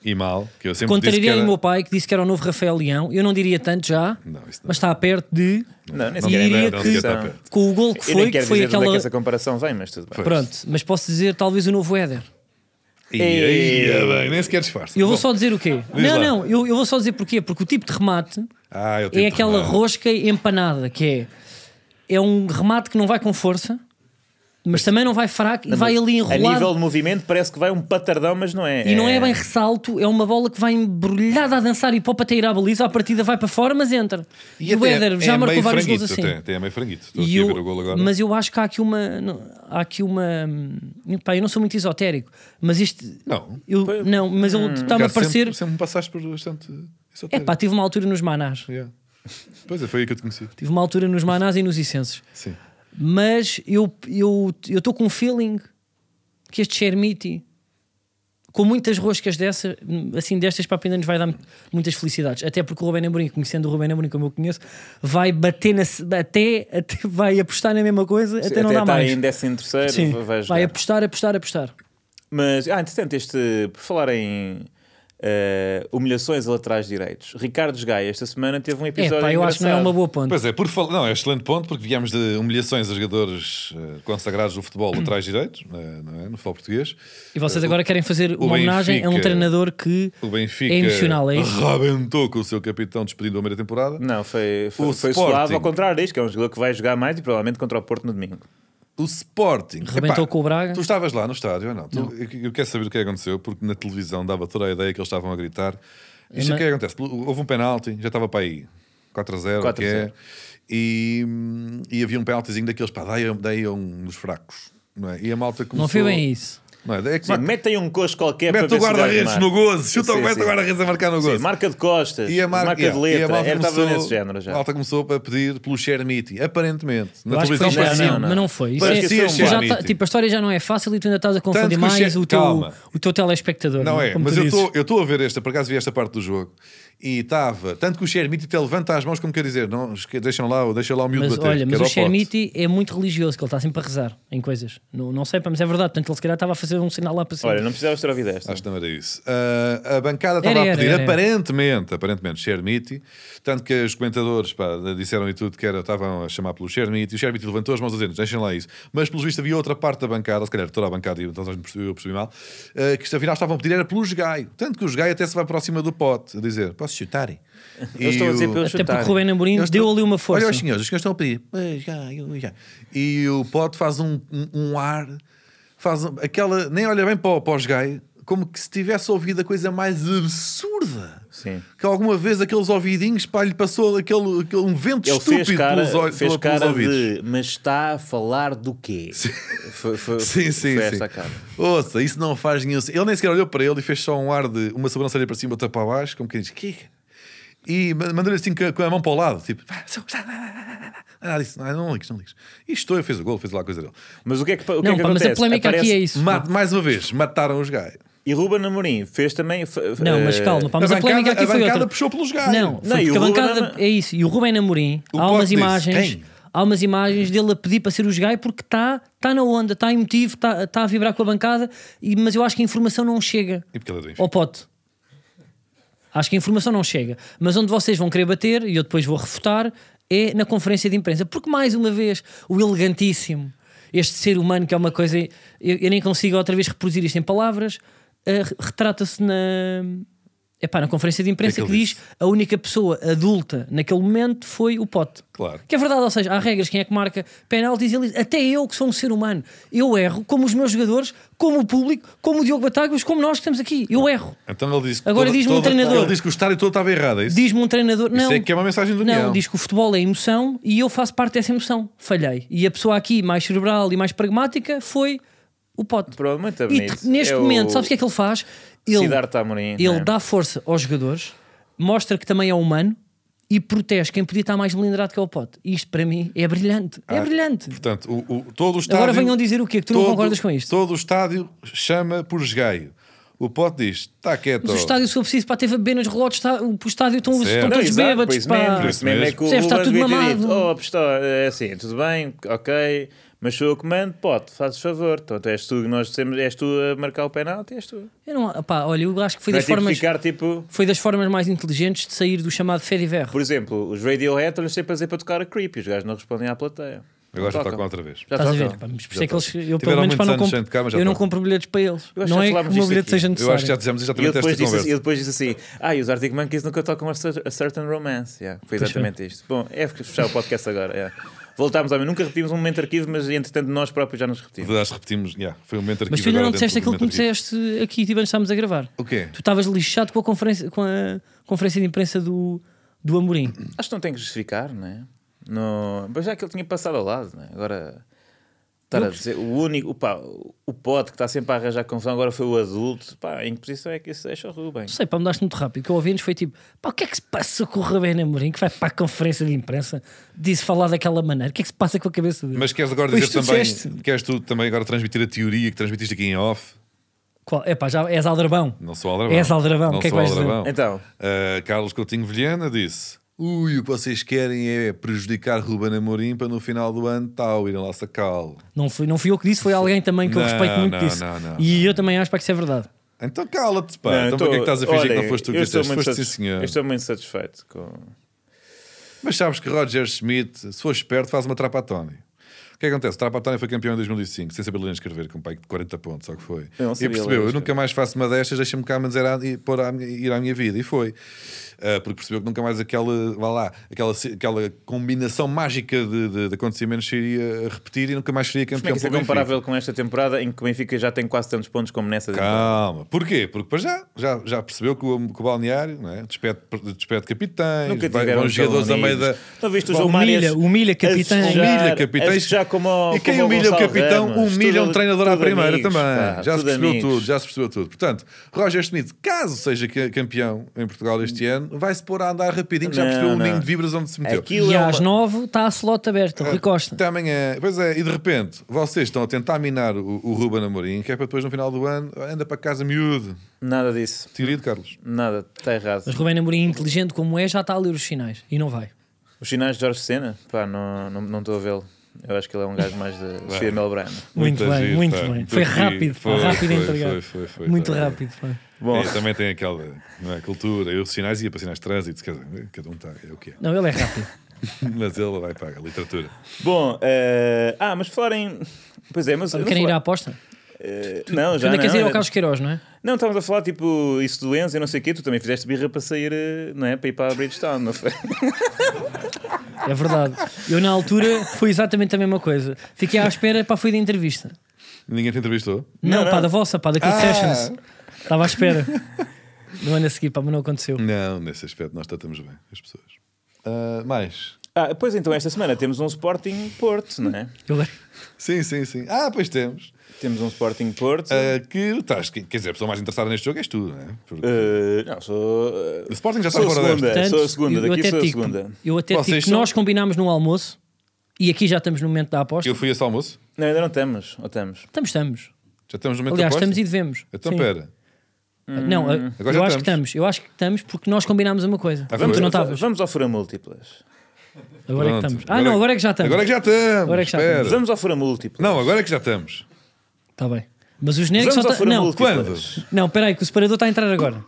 B: E mal, que eu sempre disse que
A: Contrariei
B: era...
A: o meu pai que disse que era o novo Rafael Leão. Eu não diria tanto já,
B: Não, isso não.
A: mas está perto de.
C: Não, nem
A: E
C: sequer é
A: diria
C: nada,
A: que-
C: não sequer está perto.
A: Com o gol que
C: Eu nem
A: foi, que
C: quero
A: foi
C: dizer de onde é
A: aquela.
C: que essa comparação vem, mas tudo bem.
A: Pronto, mas posso dizer talvez o novo Éder.
B: Ia, ia bem, nem sequer disfarça.
A: É. Eu vou
B: Bom.
A: só dizer o quê?
B: Diz
A: não,
B: lá.
A: não, eu, eu vou só dizer porquê. Porque o tipo de remate
B: Ah, eu
A: é
B: tenho
A: aquela
B: tomar.
A: rosca empanada, que é. É um remate que não vai com força, mas também não vai fraco e vai ali
C: A nível
A: enrolado.
C: de movimento parece que vai um patardão, mas não é.
A: E não é bem ressalto, é uma bola que vai embrulhada a dançar e pop até ir à baliza. A partida vai para fora, mas entra. E, o
B: até
A: Éder
B: é
A: já marcou
B: meio
A: vários gols
B: franguito,
A: assim.
B: Até, até é meio franguito. Estou
A: E
B: aqui
A: eu-
B: a ver o gol agora.
A: Mas eu acho que há aqui uma. não, há aqui uma. hum, Pá, eu não sou muito esotérico, mas este.
B: Não.
A: Eu, não, mas ele está-me a
B: Acaso
A: parecer.
B: Sempre, sempre me passaste por bastante... isso
A: É
B: até-
A: pá, tive uma altura nos Manás.
B: Yeah. Pois é, foi aí que eu te conheci.
A: Tive uma altura nos Manás e nos Icenses.
B: Sim.
A: Mas eu eu eu estou com um feeling que este Chermiti, com muitas roscas dessa, assim destas, para ainda nos vai dar mu- muitas felicidades. Até porque o Rubén Amorim, conhecendo o Rubén Amorim como eu conheço, vai bater na, se- até, até vai apostar na mesma coisa até,
C: Até, tá
A: não
C: está
A: dá mais.
C: em décimo terceiro,
A: Sim,
C: vai jogar.
A: vai apostar, apostar, apostar.
C: Mas, ah, entretanto, este, por falar em eh, humilhações a laterais direitos, Ricardo Gaia esta semana teve um
A: É
C: episódio.
A: pá, eu acho que não é uma
C: engraçado.
A: boa ponte.
B: Pois é, por falar. Não, é excelente ponto, porque viemos de humilhações a jogadores eh, consagrados do futebol
A: Hum.
B: laterais direitos, eh, não é? No futebol português.
A: E vocês agora querem fazer uma homenagem a um
B: Benfica-
A: treinador que
B: O Benfica
A: é emocional, é isso?
B: rebentou com o seu capitão despedido na primeira temporada.
C: Não, foi,
B: O
C: foi, foi
B: Sporting.
C: suave, ao contrário disto, que é um jogador que vai jogar mais e provavelmente contra o Porto no domingo.
B: O Sporting.
A: Rebentou
B: Epá,
A: com o Braga.
B: Tu estavas lá no estádio, ou não? Tu- eu, eu quero saber o que é que aconteceu, porque na televisão dava toda a ideia que eles estavam a gritar. Isto
A: Mas-
B: o que é que acontece? Houve um penalti, já estava para aí 4 a 0,
C: 4 a
B: que
C: 0.
B: é, e, e havia um penaltizinho daqueles, pá, dei, a- dei a um dos fracos. Não, é? e a malta começou,
A: Não foi bem isso.
B: Não é? É que
C: Sim, metem um coxo qualquer
B: mete
C: para
B: o
C: ver se
B: guarda-redes
C: gajo
B: no
C: marca.
B: gozo, chuta o
C: Sim,
B: mete
C: sim.
B: o guarda-redes a marcar no gozo.
C: Sim, marca de costas,
B: E a mar-
C: marca
B: yeah, e
C: de
B: a
C: letra.
B: malta
C: Era estava
B: começou-
C: nesse género já.
B: A malta começou a pedir pelo Chermiti, aparentemente.
A: Eu
B: Na
A: acho que
B: televisão
A: foi já,
B: parecia.
A: não, mas não foi. Isso é,
B: Parecia
A: tu já
B: Chermiti.
A: tá- tipo, a história já não é fácil e tu ainda estás a confundir
B: que o
A: mais
B: Che-
A: o teu,
B: Calma.
A: o teu telespectador.
B: Não é,
A: como
B: mas
A: tu
B: eu
A: dizes.
B: estou- eu estou a ver esta, por acaso vi esta parte do jogo e estava, tanto que o Chermiti até levanta as mãos como quer dizer, não, esque- deixam lá, deixa lá o miúdo
A: Mas
B: bater.
A: olha,
B: que
A: mas
B: era
A: o
B: pote.
A: Chermiti é muito religioso, que ele está sempre a rezar em coisas. Não, não sei, pá, mas é verdade. Portanto, ele se calhar estava a fazer um sinal lá para cima.
C: Olha, não precisavas ter ouvido esta.
B: Acho que não era isso. Ah, a bancada estava
A: era,
B: a pedir,
A: era, era.
B: aparentemente, aparentemente, Chermiti, tanto que os comentadores pá, disseram e tudo que era, estavam a chamar pelo Chermiti, e o Chermiti levantou as mãos a dizer, deixem lá isso. Mas, pelo visto, havia outra parte da bancada, se calhar toda a bancada, e então eu percebi, eu percebi mal, ah, que afinal estavam a pedir era pelo Gaio. Tanto que o Gaio até se vai para cima do pote, a dizer, posso chutarem?
C: Eles estão a dizer para eu
A: Até porque
C: chutar.
A: o Rubén Amorim
B: Eles
A: deu
B: estão-
A: ali uma força.
B: Olha os senhores, os senhores estão a pedir. "Ai, já, eu, já." E o Pote faz um, um- um ar, faz um- aquela. Nem olha bem para o, para os gay, como que se tivesse ouvido a coisa mais absurda.
C: Sim.
B: Que alguma vez aqueles ouvidinhos, pá, lhe passou aquele, aquele- um vento
C: Ele
B: estúpido
C: fez cara,
B: pelos, ol-
C: fez
B: pela- pelos
C: cara
B: ouvidos.
C: de mas está a falar do quê? Foi, foi-
B: Sim, sim,
C: foi
B: sim.
C: esta a cara.
B: Ouça, isso não faz nenhum sen- Ele nem sequer olhou para ele e fez só um ar de uma sobrancelha para cima, outra para baixo, como quem diz, que E ma- mandou-lhe assim com a- com a mão para o lado, tipo, "Ah, sou- ah, nada disso, não, não ligues, não ligues. E estou, fez o gol, fez lá a coisa dele.
C: Mas o que é que, o que,
A: Não,
C: é que
A: pá, mas
C: acontece?
A: a polémica aqui é
C: Aparece-
A: isso.
B: Ma- mais uma vez, mataram os gajos.
C: E Ruben Amorim fez também. f- f-
A: Não, mas
C: eh,
A: calma, pá, mas a,
B: a
A: polémica
B: bancada-
A: aqui
B: a
A: foi
B: bancada
A: outra.
B: puxou pelos gajos.
A: Não,
C: Não,
A: foi
C: e
A: porque a
C: o Ruben
A: bancada
C: Am-
A: é isso. E o Rubén Amorim,
B: O
A: há
B: Pote
A: umas
B: disse,
A: imagens.
B: quem?
A: Há umas imagens dele a pedir para ser os gai porque está tá na onda, está emotivo, está tá a vibrar com a bancada, e, mas eu acho que a informação não chega
B: E porque ele é do Benfica.
A: ao pote. Acho que a informação não chega. Mas onde vocês vão querer bater, e eu depois vou refutar, é na conferência de imprensa. Porque, mais uma vez, o elegantíssimo, este ser humano que é uma coisa. Eu, eu nem consigo outra vez reproduzir isto em palavras, eh, re- retrata-se na. Epá, na conferência de imprensa
B: que
A: que,
B: ele
A: diz a única pessoa adulta naquele momento foi o pote.
B: Claro.
A: Que é verdade, ou seja, há regras, quem é que marca penaltis, ele diz, até eu que sou um ser humano, eu erro, como os meus jogadores, como o público, como o Diogo Batagas, como nós que estamos aqui, eu erro.
B: Então ele disse que
A: Agora
B: todo-
A: diz-me um
B: todo-
A: treinador.
B: Ele disse que o estádio todo estava errado. é Isso?
A: Diz-me um treinador, não,
B: é que é uma mensagem do
A: não,
B: União.
A: diz que o futebol é emoção e eu faço parte dessa emoção, falhei. E a pessoa aqui mais cerebral e mais pragmática foi o Pote.
C: Provavelmente é
A: E
C: bonito.
A: t- neste
C: É
A: momento,
C: o
A: sabes o que é que ele faz? Ele,
C: Siddhartha Amorim,
A: ele
C: né?
A: dá força aos jogadores, mostra que também é humano e protege quem podia estar mais melindrado que é o Pote. Isto para mim é brilhante. É
B: Ah,
A: brilhante.
C: então.
B: Portanto, o, o- todo o estádio.
A: Agora venham dizer o quê? Que tu não concordas com isto?
B: Todo o estádio chama por esgaio. O Pote diz: está quieto.
A: Mas o estádio, se for preciso, pá, teve a beber nos relógios, está, o o estádio estão,
B: Certo.
A: estão
C: Não,
A: todos
C: Então, exato,
A: bêbados.
C: pois
A: pá.
C: mesmo, por isso
B: Isso
C: mesmo é
B: mesmo.
C: que o
A: Deve estar
C: Ruben
A: tudo
C: devia ter
A: mamado.
C: dito, Oh, Pestó, é assim, tudo bem, ok, mas sou eu que comando, pote, fazes favor. Portanto, és tu, que nós dissemos, és tu a marcar o penalti, és tu.
A: Eu não, pá, olha, eu acho que foi
C: Não é
A: das,
C: tipo
A: formas,
C: ficar tipo...
A: foi das formas mais inteligentes de sair do chamado fé de verro.
C: Por exemplo, os Radiohead estão sempre a dizer para tocar a Creep e os gajos não respondem à plateia.
B: Agora já
C: Não tocam.
B: tocam outra vez.
C: Já tá.
A: Estás a
C: tocam.
A: ver? Pá, mas por isso é que
B: tocam.
A: eles, eu pelo
B: Tiveram
A: menos pá,
B: muitos
A: não
B: anos
A: compro,
B: sem tocar, mas já
A: eu não
B: tocam.
A: compro bilhetes para eles.
C: tá. acho que
A: Não
C: já
A: é que o
C: falámos
A: meu
C: disto
A: bilhete
C: aqui.
A: seja
B: Eu acho que já
A: necessário.
B: dizemos
C: E ele
B: exatamente
C: depois,
B: esta
C: disse,
B: conversa.
C: assim- ele depois disse assim: Ah, e os Arctic Monkeys nunca tocam a, cer- a Certain Romance. Yeah, foi
A: Pois
C: exatamente isto. Bom, é fechar o podcast agora. yeah. Voltámos a. Nunca repetimos um momento de arquivo, mas entretanto nós próprios já nos repetimos.
B: Acho que repetimos. yeah, foi um momento
A: Mas tu ainda não disseste aquilo que me disseste aqui, tipo, antes estávamos a gravar.
B: O quê?
A: Tu estavas lixado com a conferência, com a conferência de imprensa do, do Amorim.
C: Acho que não tem que justificar, não é? No... Mas já que ele tinha passado ao lado, não é? Agora. Estar a dizer, o único, pá, o pote que está sempre a arranjar confusão agora foi o adulto. Pá, em que posição é que isso deixa o Ruben?
A: Não sei, pá, mudaste muito rápido. O que eu ouvi antes foi tipo, pá, o que é que se passa com o Rabén Amorim que vai para a conferência de imprensa disse falar daquela maneira? O que é que se passa com a cabeça dele?
B: Mas queres agora
A: Pois
B: dizer
A: tu
B: também.
A: disseste.
B: Queres tu também agora transmitir a teoria que transmitiste aqui em off?
A: Qual? É pá, já és aldrabão.
B: Não sou aldrabão.
A: És aldrabão,
B: Não
A: o que é que
B: sou
A: vais dizer?
B: aldrabão.
C: Então.
B: Ah, Carlos Coutinho Vilhena disse: Ui, o que vocês querem é prejudicar Ruben Amorim para no final do ano tal, irem lá sacá-lo.
A: Não fui, não fui eu que disse, foi alguém também que eu
B: Não,
A: respeito muito
B: não,
A: disso.
B: não, não,
A: e eu também acho para que isso é verdade.
B: Então cala-te, pá.
C: Não, eu
B: então
C: tô-
B: para que é que estás a fingir que
C: olhem,
B: não foste tu que
C: eu estou
B: disseste?
C: muito
B: Foste sim,
C: satis-
B: senhor. é
C: Eu estou muito satisfeito com.
B: Mas sabes que Roger Schmidt, se for esperto, faz uma Trapatoni. O que é que acontece? O Trapatoni foi campeão em 2005, sem saber ler nem escrever, com um pai de 40 pontos, só que foi.
C: Eu não
B: e
C: sabia ler
B: percebeu,
C: nem
B: eu nunca mais faço uma destas, deixa-me cá, mas era e pôr a minha- ir à minha vida. E foi. Ah, porque percebeu que nunca mais aquela, vá lá, aquela, se- aquela combinação mágica de, de- de acontecimentos se iria repetir e nunca mais seria campeão
C: Como é que isso é
B: pelo Benfica.
C: comparável com esta temporada em que o Benfica já tem quase tantos pontos como nessa temporada?
B: Calma, porquê? Porque para já, já, já percebeu que o, que o balneário não é? despede, despede capitães,
C: Nunca
B: vai-
C: tiveram
B: vão
C: tão
B: jogadores a meio
C: unidos.
B: da,
C: Não viste o
A: Pá,
C: João
A: humilha-
C: Mário a-
A: humilha
C: a
A: capitães.
C: festejar-
B: Humilha capitães.
C: a festejar com como ao-
B: Um E quem
C: como ao
B: humilha o
C: Gonçalo
B: capitão,
C: Ramos.
B: humilha
C: Tudo-
B: um treinador à
C: tudo
B: primeira
C: amigos,
B: também.
C: pá,
B: já se percebeu
C: amigos.
B: tudo, já se percebeu tudo. Portanto, Roger Smith, caso seja ca- campeão em Portugal este ano, vai-se pôr a andar rapidinho, que já
C: Não,
B: percebeu o
C: não.
B: ninho de vibras onde se meteu.
C: Aquilo
A: E
C: é uma-
A: às nove está a slot aberta,
B: Ah.
A: o Rui Costa.
B: Também é. Pois é, e de repente vocês estão a tentar minar o, o Ruben Amorim, que é para depois no final do ano anda para casa miúdo.
C: Nada disso.
B: Teoria de Carlos.
C: Nada. Está errado.
A: Mas Rubén Amorim, inteligente como é, já está a ler os sinais e não vai.
C: Os sinais de Jorge Senna? Pá, não estou não, estou a vêlo. Eu acho que ele é um gajo mais da Sofia Melbrano.
A: Muito
B: Muita
A: bem,
B: giro,
A: muito
B: pá.
A: bem.
B: Muito
A: Foi
B: giro.
A: rápido, pá,
B: Foi,
A: rápido a
B: foi,
A: entregar.
B: foi, foi, foi,
A: Muito
B: foi.
A: rápido. pá.
C: Bom.
B: E também tem aquela não é, cultura, eu sinais ia para sinais de trânsito, quer dizer, cada um está, é o que é.
A: Não, ele é rápido.
B: Mas ele vai para a literatura.
C: Bom, eh, ah, mas falarem. Pois é, mas. eu não
A: Querem ir à
C: fala-
A: aposta?
C: eh, não,
A: Tu
C: já
A: ainda
C: não.
A: queres ir ao Carlos Queiroz, não é?
C: Não, estávamos a falar tipo isso de doença e não sei o quê. Tu também fizeste birra para sair, eh, não é? Para ir para a Bridgestone, não foi?
A: É verdade. Eu, na altura, foi exatamente a mesma coisa. Fiquei à espera, pá, fui da entrevista.
B: Ninguém te entrevistou?
A: Não,
C: Não,
A: pá,
C: não.
A: da vossa, pá, da Cliff
B: Ah.
A: Sessions. Estava à espera. No ano a seguir, pá, mas não aconteceu.
B: Não, nesse aspecto nós tratamos bem as pessoas. Ah, mais?
C: Ah, pois então, esta semana temos um Sporting Porto, não é?
A: Eu,
B: Sim, sim, sim. Ah, pois temos.
C: Temos um Sporting Porto.
B: Ah, que estás, quer dizer, a pessoa mais interessada neste jogo és tu, não é? Porque
C: Eh, não, sou. eh,
B: o Sporting já está
C: sou a
B: fora
C: segunda.
B: desta.
C: É, sou a segunda,
A: eu
C: daqui
A: até
C: sou a
A: digo-
C: segunda.
A: Eu até digo
B: Vocês
A: que
B: são-
A: nós combinámos num almoço e aqui já estamos no momento da aposta.
B: Eu fui a esse almoço,
C: Não, ainda não estamos. Ou estamos?
A: Estamos, estamos.
B: já estamos no momento
A: Aliás,
B: da aposta.
A: estamos e devemos.
B: Então,
A: Sim. Ah,
B: pera.
A: Não, eu
B: Agora já
A: acho que
B: estamos.
A: estamos. Eu acho que estamos porque nós combinámos uma coisa.
B: Ah, foi?
A: Vamos, não estavas.
C: vamos ao fura múltiplas.
A: Agora é que
B: Pronto.
A: estamos. Ah, não, agora é que já estamos.
B: Agora é que já estamos.
A: Agora é que já
B: Espera.
A: estamos.
C: Vamos ao fura múltiplas.
B: Não, agora é que já estamos.
A: Está Tá bem. Mas o genérico
C: Vamos
A: é só
C: ao
A: está.
C: fura
A: Não,
C: múltiplas.
B: Quando?
A: não, peraí, que o separador está a entrar agora.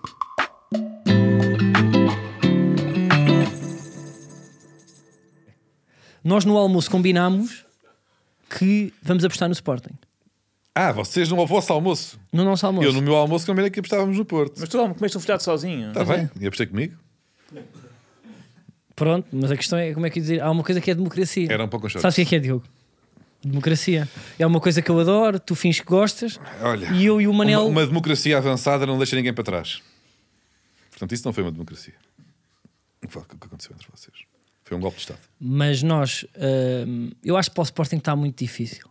A: Nós no almoço combinámos que vamos apostar no Sporting.
B: Ah, vocês no vosso almoço.
A: No nosso almoço.
B: Eu no meu almoço combinei que apostávamos no Porto.
C: Mas tu lá me comeste um folhado sozinho.
B: Está bem?
A: é.
B: E apostei comigo?
A: Pronto, mas a questão é como é que eu ia dizer. Há uma coisa que é democracia.
B: Era um pouco chato.
A: Sabes o que é que é, Diogo? Democracia. É uma coisa que eu adoro, tu fins que gostas.
B: Olha,
A: E eu e o Manel.
B: uma, uma democracia avançada não deixa ninguém para trás. Portanto, isso não foi uma democracia. O que o que aconteceu entre vocês? Foi um golpe de Estado.
A: Mas nós. hum, eu acho que para o Sporting está muito difícil.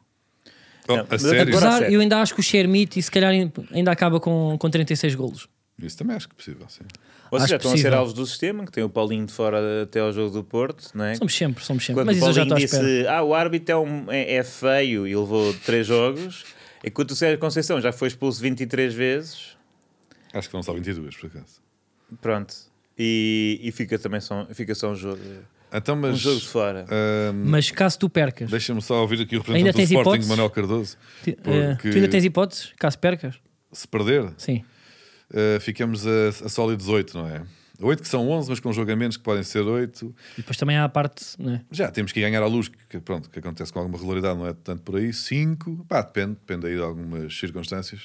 B: Oh,
C: Não,
B: a
C: mas
B: sério?
C: agora- a
A: Apesar,
C: sério.
A: eu ainda acho que o Shermit se calhar ainda acaba com, com 36 golos.
B: Isso também acho que é possível, sim.
C: Vocês
A: Acho
C: já estão a ser
A: possível.
C: alvos do sistema, que tem o Paulinho de fora até ao jogo do Porto, não é?
A: Somos sempre, somos sempre.
C: Quando
A: Mas
C: o
A: isso eu já
C: Paulinho
A: estou à espera.
C: disse, ah, o árbitro é, um- é- é feio e levou três jogos, enquanto o Sérgio Conceição já foi expulso 23 vezes,
B: Acho que não só 22, por acaso.
C: pronto, e, e fica também só, fica só um jogo,
B: Então,
C: um
B: mas.
C: jogo de fora.
B: ahm,
A: Mas caso tu percas,
B: Deixa-me só ouvir aqui o
A: Ainda
B: representante do
A: tens
B: Sporting,
A: hipóteses?
B: Manuel Cardoso.
A: ti- eh,
B: Porque
A: tu ainda tens hipóteses? Caso percas?
B: se perder,
A: Sim.
B: Uh, ficamos a, a sólidos 8, não é? 8 que são 11, mas com jogamentos que podem ser 8.
A: E depois também há a parte. Né?
B: Já temos que ir ganhar à luz, que- que, pronto, que acontece com alguma regularidade, não é tanto por aí. 5, pá, depende, depende aí de algumas circunstâncias.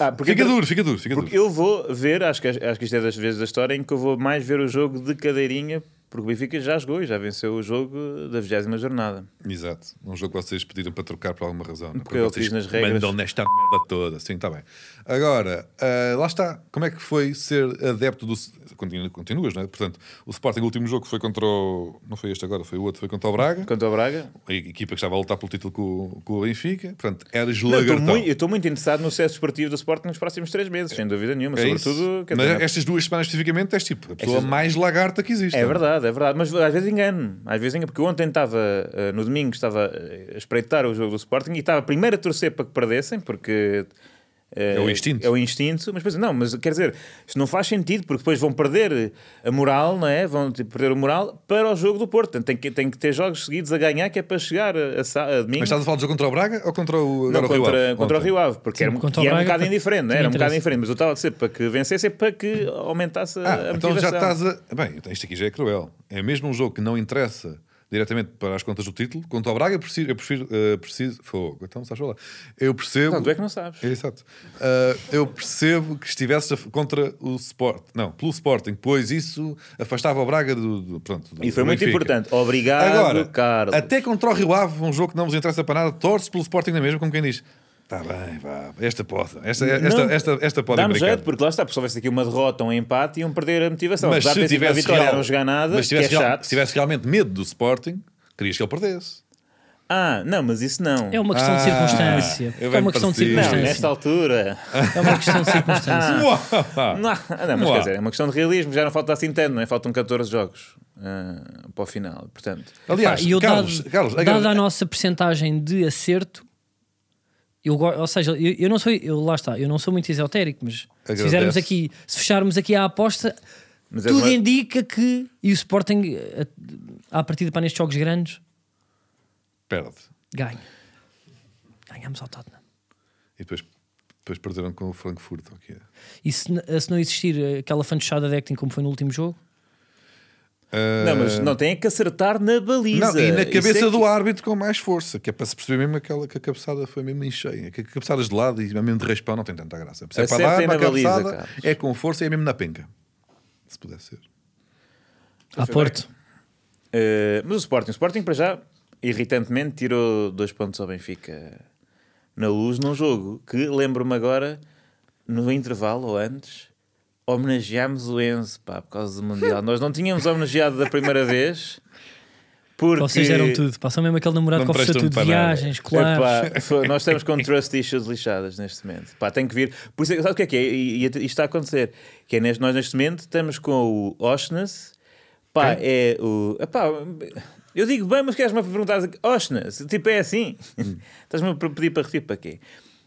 C: Ah, porque-
B: fica duro, fica duro, fica
C: Porque
B: duro.
C: eu vou ver, acho que, acho que isto é das vezes da história em que eu vou mais ver o jogo de cadeirinha, porque o Benfica já jogou e já venceu o jogo da 20 jornada.
B: Exato, um jogo que vocês pediram para trocar por alguma razão. não é?
C: Porque eu
B: vocês
C: fiz nas regras.
B: Mandam nesta merda toda, sim, está bem. Agora, uh, lá está, como é que foi ser adepto do. Continu- Continuas, não é? Portanto, o Sporting, o último jogo foi contra o. Não foi este agora, foi o outro, foi contra o Braga.
C: Quanto ao Braga,
B: a equipa que estava a lutar pelo título com, o- com o Benfica. Portanto, eras
C: Não, eu estou
B: lagartão.
C: muito- eu estou muito interessado no sucesso esportivo do Sporting nos próximos três meses, sem dúvida nenhuma.
B: É isso.
C: Sobretudo, quer
B: Mas
C: dizer,
B: estas duas semanas especificamente és tipo a pessoa
C: Estas-
B: mais lagarta que existe.
C: é verdade, é verdade. Mas às vezes engano-me. Às vezes engano porque ontem estava, eh, no domingo, estava eh, a espreitar o jogo do Sporting e estava primeiro a torcer para que perdessem, porque. eh,
B: É o instinto.
C: É o instinto, mas depois, não, mas quer dizer, isto não faz sentido, porque depois vão perder a moral, não é? Vão tipo, perder o moral para o jogo do Porto. Portanto, Tem que, tem que ter jogos seguidos a ganhar, que é para chegar a, a, sa- a domingo.
B: Mas estás a falar do jogo contra o Braga ou contra o,
C: Não,
B: agora o Rio
C: contra,
B: Ave?
C: contra o
B: Ontem.
C: Rio Ave, porque
A: Sim,
C: era, um-
A: contra o
C: e era um
A: Braga,
C: bocado
A: porque
C: indiferente, não é?
A: tinha
C: era um bocado
A: interesse.
C: indiferente, mas eu estava a dizer para que vencesse é para que aumentasse a-
B: Ah,
C: a
B: então já
C: motivação.
B: estás a. Bem, isto aqui já é cruel. É mesmo um jogo que não interessa diretamente para as contas do título. Contra o Braga, eu preciso. Eu prefiro, eh, preciso fogo, então sabes falar. Eu percebo.
C: Não, tu é que não sabes.
B: É, Exato. Ah, eu percebo que estivesse a f- contra o Sporting, não, pelo Sporting, pois isso afastava o Braga do. do- pronto, do
C: E foi muito
B: Benfica.
C: importante. Obrigado,
B: Agora,
C: Carlos.
B: até contra o Rio Ave, um jogo que não vos interessa para nada, torce pelo Sporting na mesma, como quem diz. Está bem, vá, esta pode, esta, é- esta,
C: Não.
B: esta, esta pode
C: Dá-me
B: brincar.
C: jeito, porque lá está, se houvesse aqui uma derrota, um empate, iam perder a motivação.
B: Mas
C: Apesar de
B: se
C: ter tido uma
B: tivesse,
C: vitória,
B: real-
C: não jogar nada,
B: mas se tivesse
C: que é
B: real-
C: chato.
B: se tivesse realmente medo do Sporting, querias que ele perdesse.
C: Ah, não, mas isso não.
A: É uma questão de
B: Ah,
A: circunstância.
B: eu
A: É
B: bem
A: uma questão de
B: parecido.
C: Não,
A: circunstância.
C: nesta altura.
A: É uma questão de circunstância.
B: Uau!
C: Ah. Não, ah, não, mas
B: Uau.
C: quer dizer, é uma questão de realismo. Já não falta assim tanto, não é? Faltam 14 jogos ah, para o final. Portanto,
B: Aliás,
A: Pá, e eu
B: Carlos,
A: dado,
B: Carlos,
A: dada a nossa percentagem de acerto, eu, go- ou seja, eu, eu não sou, eu, lá está, eu não sou muito esotérico, mas se
B: Agradece.
A: fizermos aqui, se fecharmos aqui a aposta,
C: Mas é
A: tudo
C: uma-
A: indica que e o Sporting eh, à partida para nestes jogos grandes
B: perde.
A: ganha. Ganhamos ao Tottenham.
B: E depois, depois perderam com o Frankfurt. ou o que é?
A: E se, n- se não existir eh, aquela fantochada de acting como foi no último jogo,
B: Ah,
C: não, mas não tem que acertar na baliza.
B: não, e na
C: Isso
B: cabeça
C: é que-
B: do árbitro com mais força, que é para se perceber mesmo aquela que a cabeçada foi mesmo em cheia. Que a cabeçada de lado e é mesmo de raspão não tem tanta graça. Se é para dar
C: Acertem
B: para a
C: na baliza,
B: cabeçada,
C: Carlos.
B: é com força e é mesmo na penca. Se puder ser.
A: a Porto.
C: Eh, mas o Sporting, o Sporting para já, irritantemente, tirou dois pontos ao Benfica na luz num jogo que, lembro-me agora, no intervalo ou antes, homenageámos o Enzo pá, por causa do Mundial. Nós não tínhamos homenageado da primeira vez. Porque...
A: Vocês deram tudo, passam mesmo aquele namorado
B: Não
A: que ofereceu
B: prestam
A: tudo,
B: para nada.
A: viagens, claros.
C: Epá, foi- nós estamos com trust issues lixadas neste momento. Pá, tem que vir. Por isso, é que- sabe o que é que é? E, e- isto está a acontecer. Que é neste, nós neste momento estamos com o Oshness. Pá, é o. Epá, eu digo bem, mas queres-me perguntar assim, Oshness? Tipo, é assim. Estás-me a pedir para repetir para quê?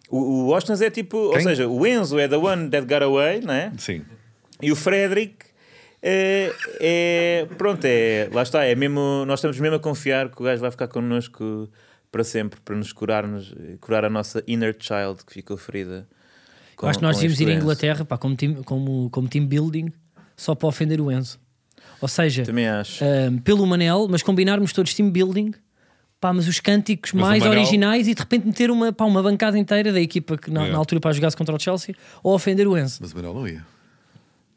C: O, o Oshness é tipo. Ou
B: Quem?
C: seja, o Enzo é the one that got away, não é?
B: Sim.
C: E o Frederick eh, é, Pronto, é. Lá está, é mesmo. Nós estamos mesmo a confiar que o gajo vai ficar connosco para sempre, para nos curarmos, eh, curar a nossa inner child que ficou ferida. com-
A: Acho que nós
C: com
A: devíamos
C: este
A: ir à
C: Enzo.
A: Inglaterra pá, como, team, como, como team building só para ofender o Enzo. Ou seja,
C: Também acho.
A: ahm, pelo Manel, mas combinarmos todos team building, pá, mas os cânticos
B: Mas o
A: mais
B: Manel-
A: originais e de repente meter uma, pá, uma bancada inteira da equipa que na,
B: É.
A: na altura para jogar contra o Chelsea ou ofender o Enzo.
B: Mas o Manuel não ia.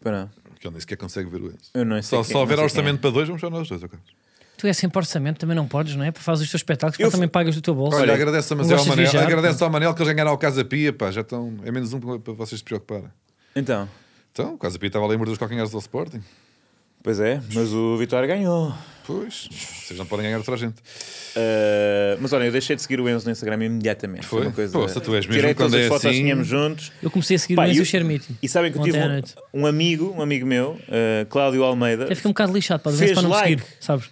C: Pera.
B: Porque ele nem sequer consegue ver o Enzo.
C: Eu não sei
B: Só,
C: quem- é.
B: só
C: não
B: houver
C: sei
B: orçamento para dois, vamos só nós dois. ó Carlos.
A: Tu és sempre orçamento, também não podes, não é? Para fazer os teus espetáculos,
C: Eu
A: pá,
C: fui-
A: também pagas do teu bolso.
B: Olha,
C: um
B: agradece,
A: Não
B: mas é ao
A: gostas de
B: Manel,
A: viajar,
B: agradece ao Manel que eles ganharam ao Casa Pia. Pá, já estão. É menos um para vocês se preocuparem.
C: Então.
B: Então, o Casa Pia estava ali a morder os calcanhares do Sporting.
C: Pois é, mas o Vitória ganhou.
B: Pois, vocês não podem ganhar outra gente.
C: Eh, mas olha, eu deixei de seguir o Enzo no Instagram imediatamente.
B: Foi?
C: uma coisa.
B: Poça, tu és mesmo
C: Tirei todas
B: quando
C: as
B: é
C: fotos que
B: assim.
C: tínhamos juntos.
A: Eu comecei a seguir
C: Pá,
A: o Enzo e
C: eu-
A: o Chermiti.
C: E sabem que eu
A: Ontem
C: tive
A: à
C: um,
A: noite.
C: um amigo, um amigo meu, eh, Cláudio Almeida.
A: Até fiquei um bocado lixado pá, do
C: Fez
A: Enzo para não me
C: like.
A: seguir, sabes?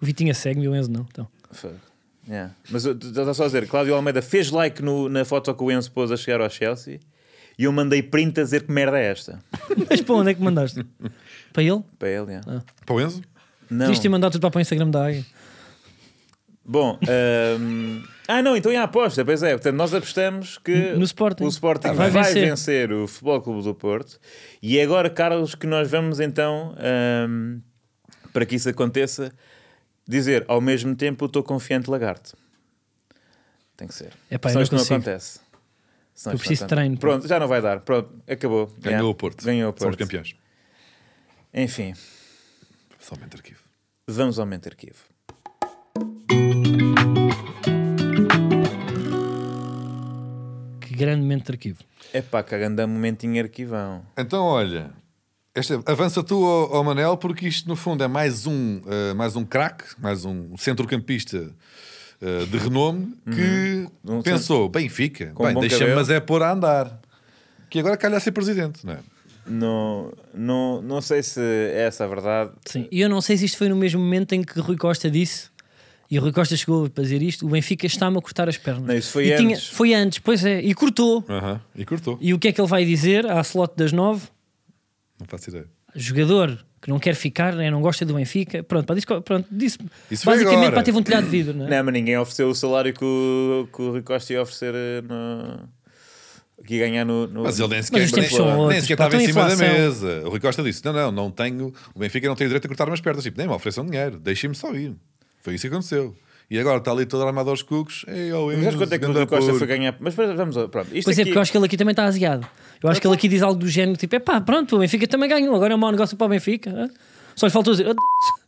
A: O Vitinha segue-me e o Enzo não. Então.
C: Fuck. Yeah. Mas está só a dizer, Cláudio Almeida fez like no- na foto que o Enzo pôs a chegar ao Chelsea e eu mandei print a dizer que merda é esta.
A: Mas para onde é que mandaste? Para ele?
C: Para ele, yeah.
B: Para o Enzo?
C: Não.
A: Devias ter mandado tudo para o Instagram da Águia.
C: Bom, ahm, ah não, então é a aposta, pois é. Portanto, nós apostamos que
A: No Sporting.
C: o Sporting
A: Ah,
C: vai,
A: vai
C: vencer.
A: vencer.
C: o Futebol Clube do Porto. E é agora, Carlos, que nós vamos então, ahm, para que isso aconteça, dizer ao mesmo tempo eu estou confiante lagarto. Tem que ser.
A: Epá, eu
C: Senão
A: não
C: isto não
A: consigo.
C: acontece. Senão
A: Eu
C: isto não
A: preciso de
C: acontece.
A: treino, pá.
C: Pronto, já não vai dar. Pronto, acabou.
B: Ganhou
C: Yeah.
B: o Porto.
C: Ganhou o
B: Somos
C: Porto.
B: campeões.
C: Enfim,
B: Somente arquivo.
C: vamos ao momento arquivo.
A: Que grande momento de arquivo.
C: Epá, cagando a momentinho arquivão.
B: Então, olha, esta, avança tu ao, ao Manel, porque isto, no fundo, é mais um, eh, mais um craque, mais um centrocampista eh, de renome que
C: Um
B: pensou: Benfica,
C: Com um
B: bem,
C: bom
B: deixa-me,
C: cabelo.
B: mas é pôr a andar. Que agora calhar ser presidente, não é?
C: Não, não, não sei se é essa a verdade.
A: Sim. E eu não sei se isto foi no mesmo momento em que Rui Costa disse, e Rui Costa chegou para dizer isto: o Benfica está-me a cortar as pernas.
C: Não, isso foi
A: E
C: antes.
A: foi antes, pois é, e cortou.
B: Aham, E cortou.
A: E o que é que ele vai dizer à slot das nove?
B: Não faço ideia.
A: Jogador que não quer ficar, né, não gosta do Benfica. Pronto, pá, disse, co- pronto, disse
B: Isso foi
A: basicamente
B: agora.
A: pá, teve um telhado de vidro, não é?
C: Não, mas ninguém ofereceu o salário que o, que o Rui Costa ia oferecer eh, no, que ia ganhar no. no-
B: Mas ele nem
A: os
B: sequer,
A: tempos são
B: nem, nem
A: outros,
B: sequer
A: pá,
B: estava em
A: então a
B: cima da
A: inflação.
B: mesa. O Rui Costa disse: Não, não, não tenho. O Benfica não tem direito a cortar umas pernas. Tipo, nem me ofereçam dinheiro, deixem-me só ir. Foi isso que aconteceu. E agora está ali todo armado aos cucos. Ei, oh,
C: Mas sabes
B: Enzo,
C: quanto é que o
B: ganda
C: Rui Costa
B: porco.
C: foi ganhar? Mas depois vamos. ao- Pronto, isto
A: Pois é,
C: aqui, Então-
A: porque eu acho que ele aqui também está aziado. Eu acho que ele aqui diz algo do género tipo: é pá, pronto, o Benfica também ganhou, agora é um mau negócio para o Benfica. hã? Só lhe faltou dizer: "Ah,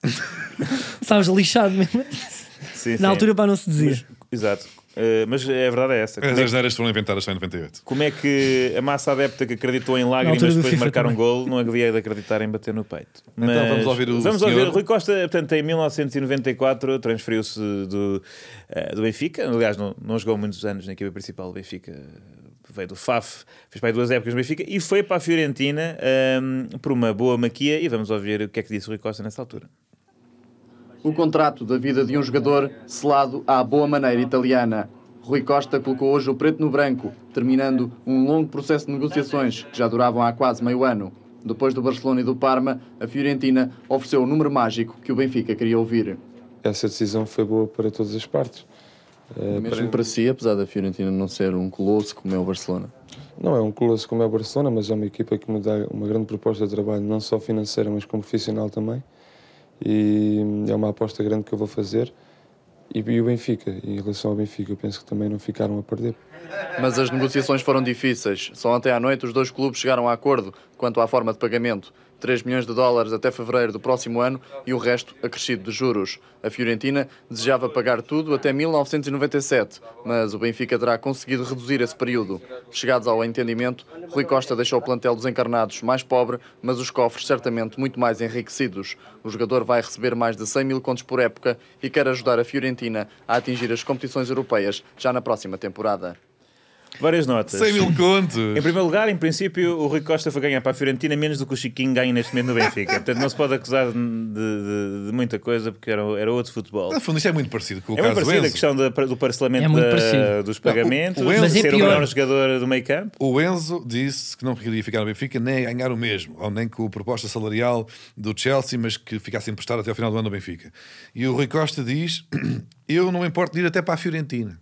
A: sabes, lixado mesmo.
C: sim,
A: Na
C: sim.
A: altura para não se dizer.
C: Mas- exato. Eh, mas a verdade é essa.
B: As
C: Como é, que,
B: asneiras foram inventadas só em 98.
C: como é que a massa adepta que acreditou em
A: Na
C: lágrimas
A: altura do
C: depois de
A: FIFA
C: marcar um
A: também.
C: gol não havia de acreditar em bater no peito? Mas
B: Então, vamos ouvir o
C: Vamos
B: senhor.
C: ouvir. Rui Costa, portanto, em 1994 transferiu-se do, eh, do Benfica. Aliás, não, não jogou muitos anos na equipa principal do Benfica. Veio do FAF, fez para aí duas épocas no Benfica e foi para a Fiorentina ehm, por uma boa maquia. E vamos ouvir o que é que disse o Rui Costa nessa altura.
D: um contrato da vida de um jogador selado à boa maneira italiana. Rui Costa colocou hoje o preto no branco, terminando um longo processo de negociações que já duravam há quase meio ano. Depois do Barcelona e do Parma, a Fiorentina ofereceu o número mágico que o Benfica queria ouvir.
E: essa decisão foi boa para todas as partes. Eh,
D: Mesmo para si, apesar da Fiorentina não ser um colosso como é o Barcelona.
E: Não é um colosso como é o Barcelona, mas é uma equipa que me dá uma grande proposta de trabalho, não só financeira, mas como profissional também. E hum, é uma aposta grande que eu vou fazer. E, e o Benfica, e em relação ao Benfica, eu penso que também não ficaram a perder.
D: Mas as negociações foram difíceis. Só ontem à noite os dois clubes chegaram a acordo quanto à forma de pagamento. 3 milhões de dólares até fevereiro do próximo ano e o resto acrescido de juros. A Fiorentina desejava pagar tudo até 1997, mas o Benfica terá conseguido reduzir esse período. Chegados ao entendimento, Rui Costa deixou o plantel dos encarnados mais pobre, mas os cofres certamente muito mais enriquecidos. O jogador vai receber mais de 100 mil contos por época e quer ajudar a Fiorentina a atingir as competições europeias já na próxima temporada.
C: Várias notas.
B: 100 mil
C: Em
B: contos!
C: primeiro lugar, em princípio, o Rui Costa foi ganhar para a Fiorentina menos do que o Chiquinho ganha neste momento no Benfica. Portanto, não se pode acusar de, de- de muita coisa porque era, era outro futebol.
B: No fundo, isto é muito parecido com o
C: É muito
B: caso do
C: parecido a
B: Enzo.
C: questão da- do parcelamento
A: É muito
C: da-
A: parecido.
C: dos pagamentos,
B: Não, o- o
A: Enzo-
C: de ser
A: Mas é
C: o melhor
A: pior.
C: jogador do meio campo.
B: O Enzo disse que não queria ficar no Benfica nem ganhar o mesmo, ou nem com a proposta salarial do Chelsea, mas que ficasse emprestado até ao final do ano no Benfica. E o Rui Costa diz: Eu não me importo de ir até para a Fiorentina,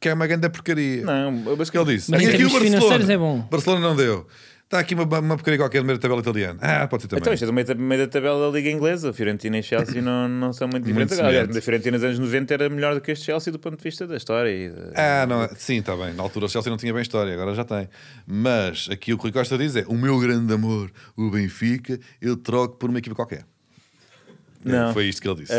B: que é uma grande porcaria.
C: Não, mas
B: O que ele disse?
A: Mas em
B: "Aqui
A: termos
B: o Barcelona.
A: financeiros é bom."
B: Barcelona não deu. Está aqui uma, uma porcaria qualquer no meio da tabela italiana. Ah, pode ser também.
C: Então, isto é do meio da, meio da tabela da Liga Inglesa. Fiorentina e Chelsea não, não são muito diferentes.
B: semelhante.
C: Aliás, a Fiorentina nos anos 90 era melhor do que este Chelsea do ponto de vista da história. E de-
B: Ah, não, sim, está bem. Na altura o Chelsea não tinha bem história, agora já tem. Mas aqui o que o Rui Costa diz é: o meu grande amor, o Benfica, eu troco por uma equipa qualquer.
C: Não.
B: É, Foi isto que ele disse.
C: Ah,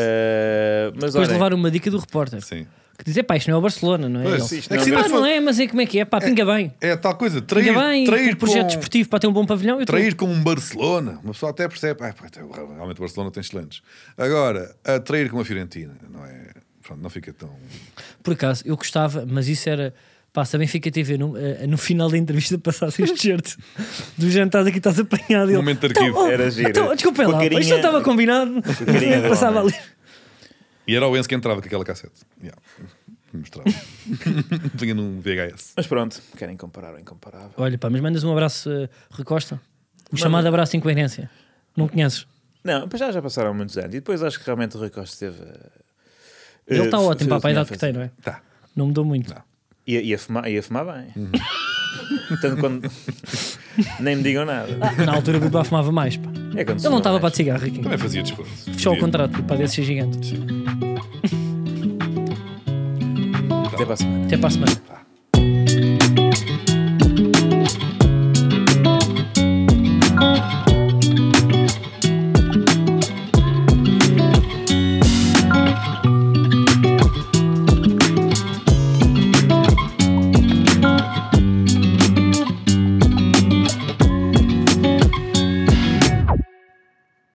C: mas
A: Depois de
C: olhem,
A: levar uma dica do repórter.
B: Sim.
A: Que diz, é pá, isto não é o Barcelona, não é?
B: Pois,
A: Ele,
B: sim, isto
C: não
B: é que se
A: "Ah,
B: nós
A: não
B: for-
A: é, mas é como é que é, pá, pinga bem.
B: É tal coisa, trair,
A: Pinga bem,
B: trair
A: com projeto
B: com-
A: desportivo para ter um bom pavilhão. Eu
B: trair com um Barcelona, uma pessoa até percebe, ah, pá, então, realmente o Barcelona tem excelentes. Agora, a trair com uma Fiorentina, não é? Pronto, não fica tão.
A: Por acaso, eu gostava, mas isso era. Pá, se a Benfica TV no, eh, no final da entrevista passasse este shirt do género, estás aqui, estás apanhado. e ele,
B: Momento de arquivo.
A: "Então, oh,
C: Era giro.
A: então, desculpa
C: Com
A: lá, pá, isto
C: carinha-
A: não estava combinado.
C: carinha do
A: Passava
C: homem.
A: ali.
B: E era o Enzo que entrava com aquela cassete. Yeah. Mostrava. Vinha num VHS.
C: Mas pronto, querem comparar o incomparável.
A: Olha, pá, mas mandas um abraço, eh, Rui Costa. O chamado abraço de incoerência. Não conheces?
C: Não, pois já, já passaram muitos anos. E depois acho que realmente o Rui Costa esteve. eh,
A: Ele está ótimo, pá, para a idade que tem, não é?
B: Tá.
A: Não mudou muito.
C: E e a fumar, e a fumar bem. Portanto, quando. Nem me digam nada.
A: Na altura o Bilbao fumava mais, pá.
C: É quando
A: Ele não estava para
C: mais.
A: de cigarro, Riquinho.
B: Também fazia desporto.
A: Fechou o
B: Podia-
A: contrato, pá, desse gigante.
C: Até para a semana.
A: Até para a semana.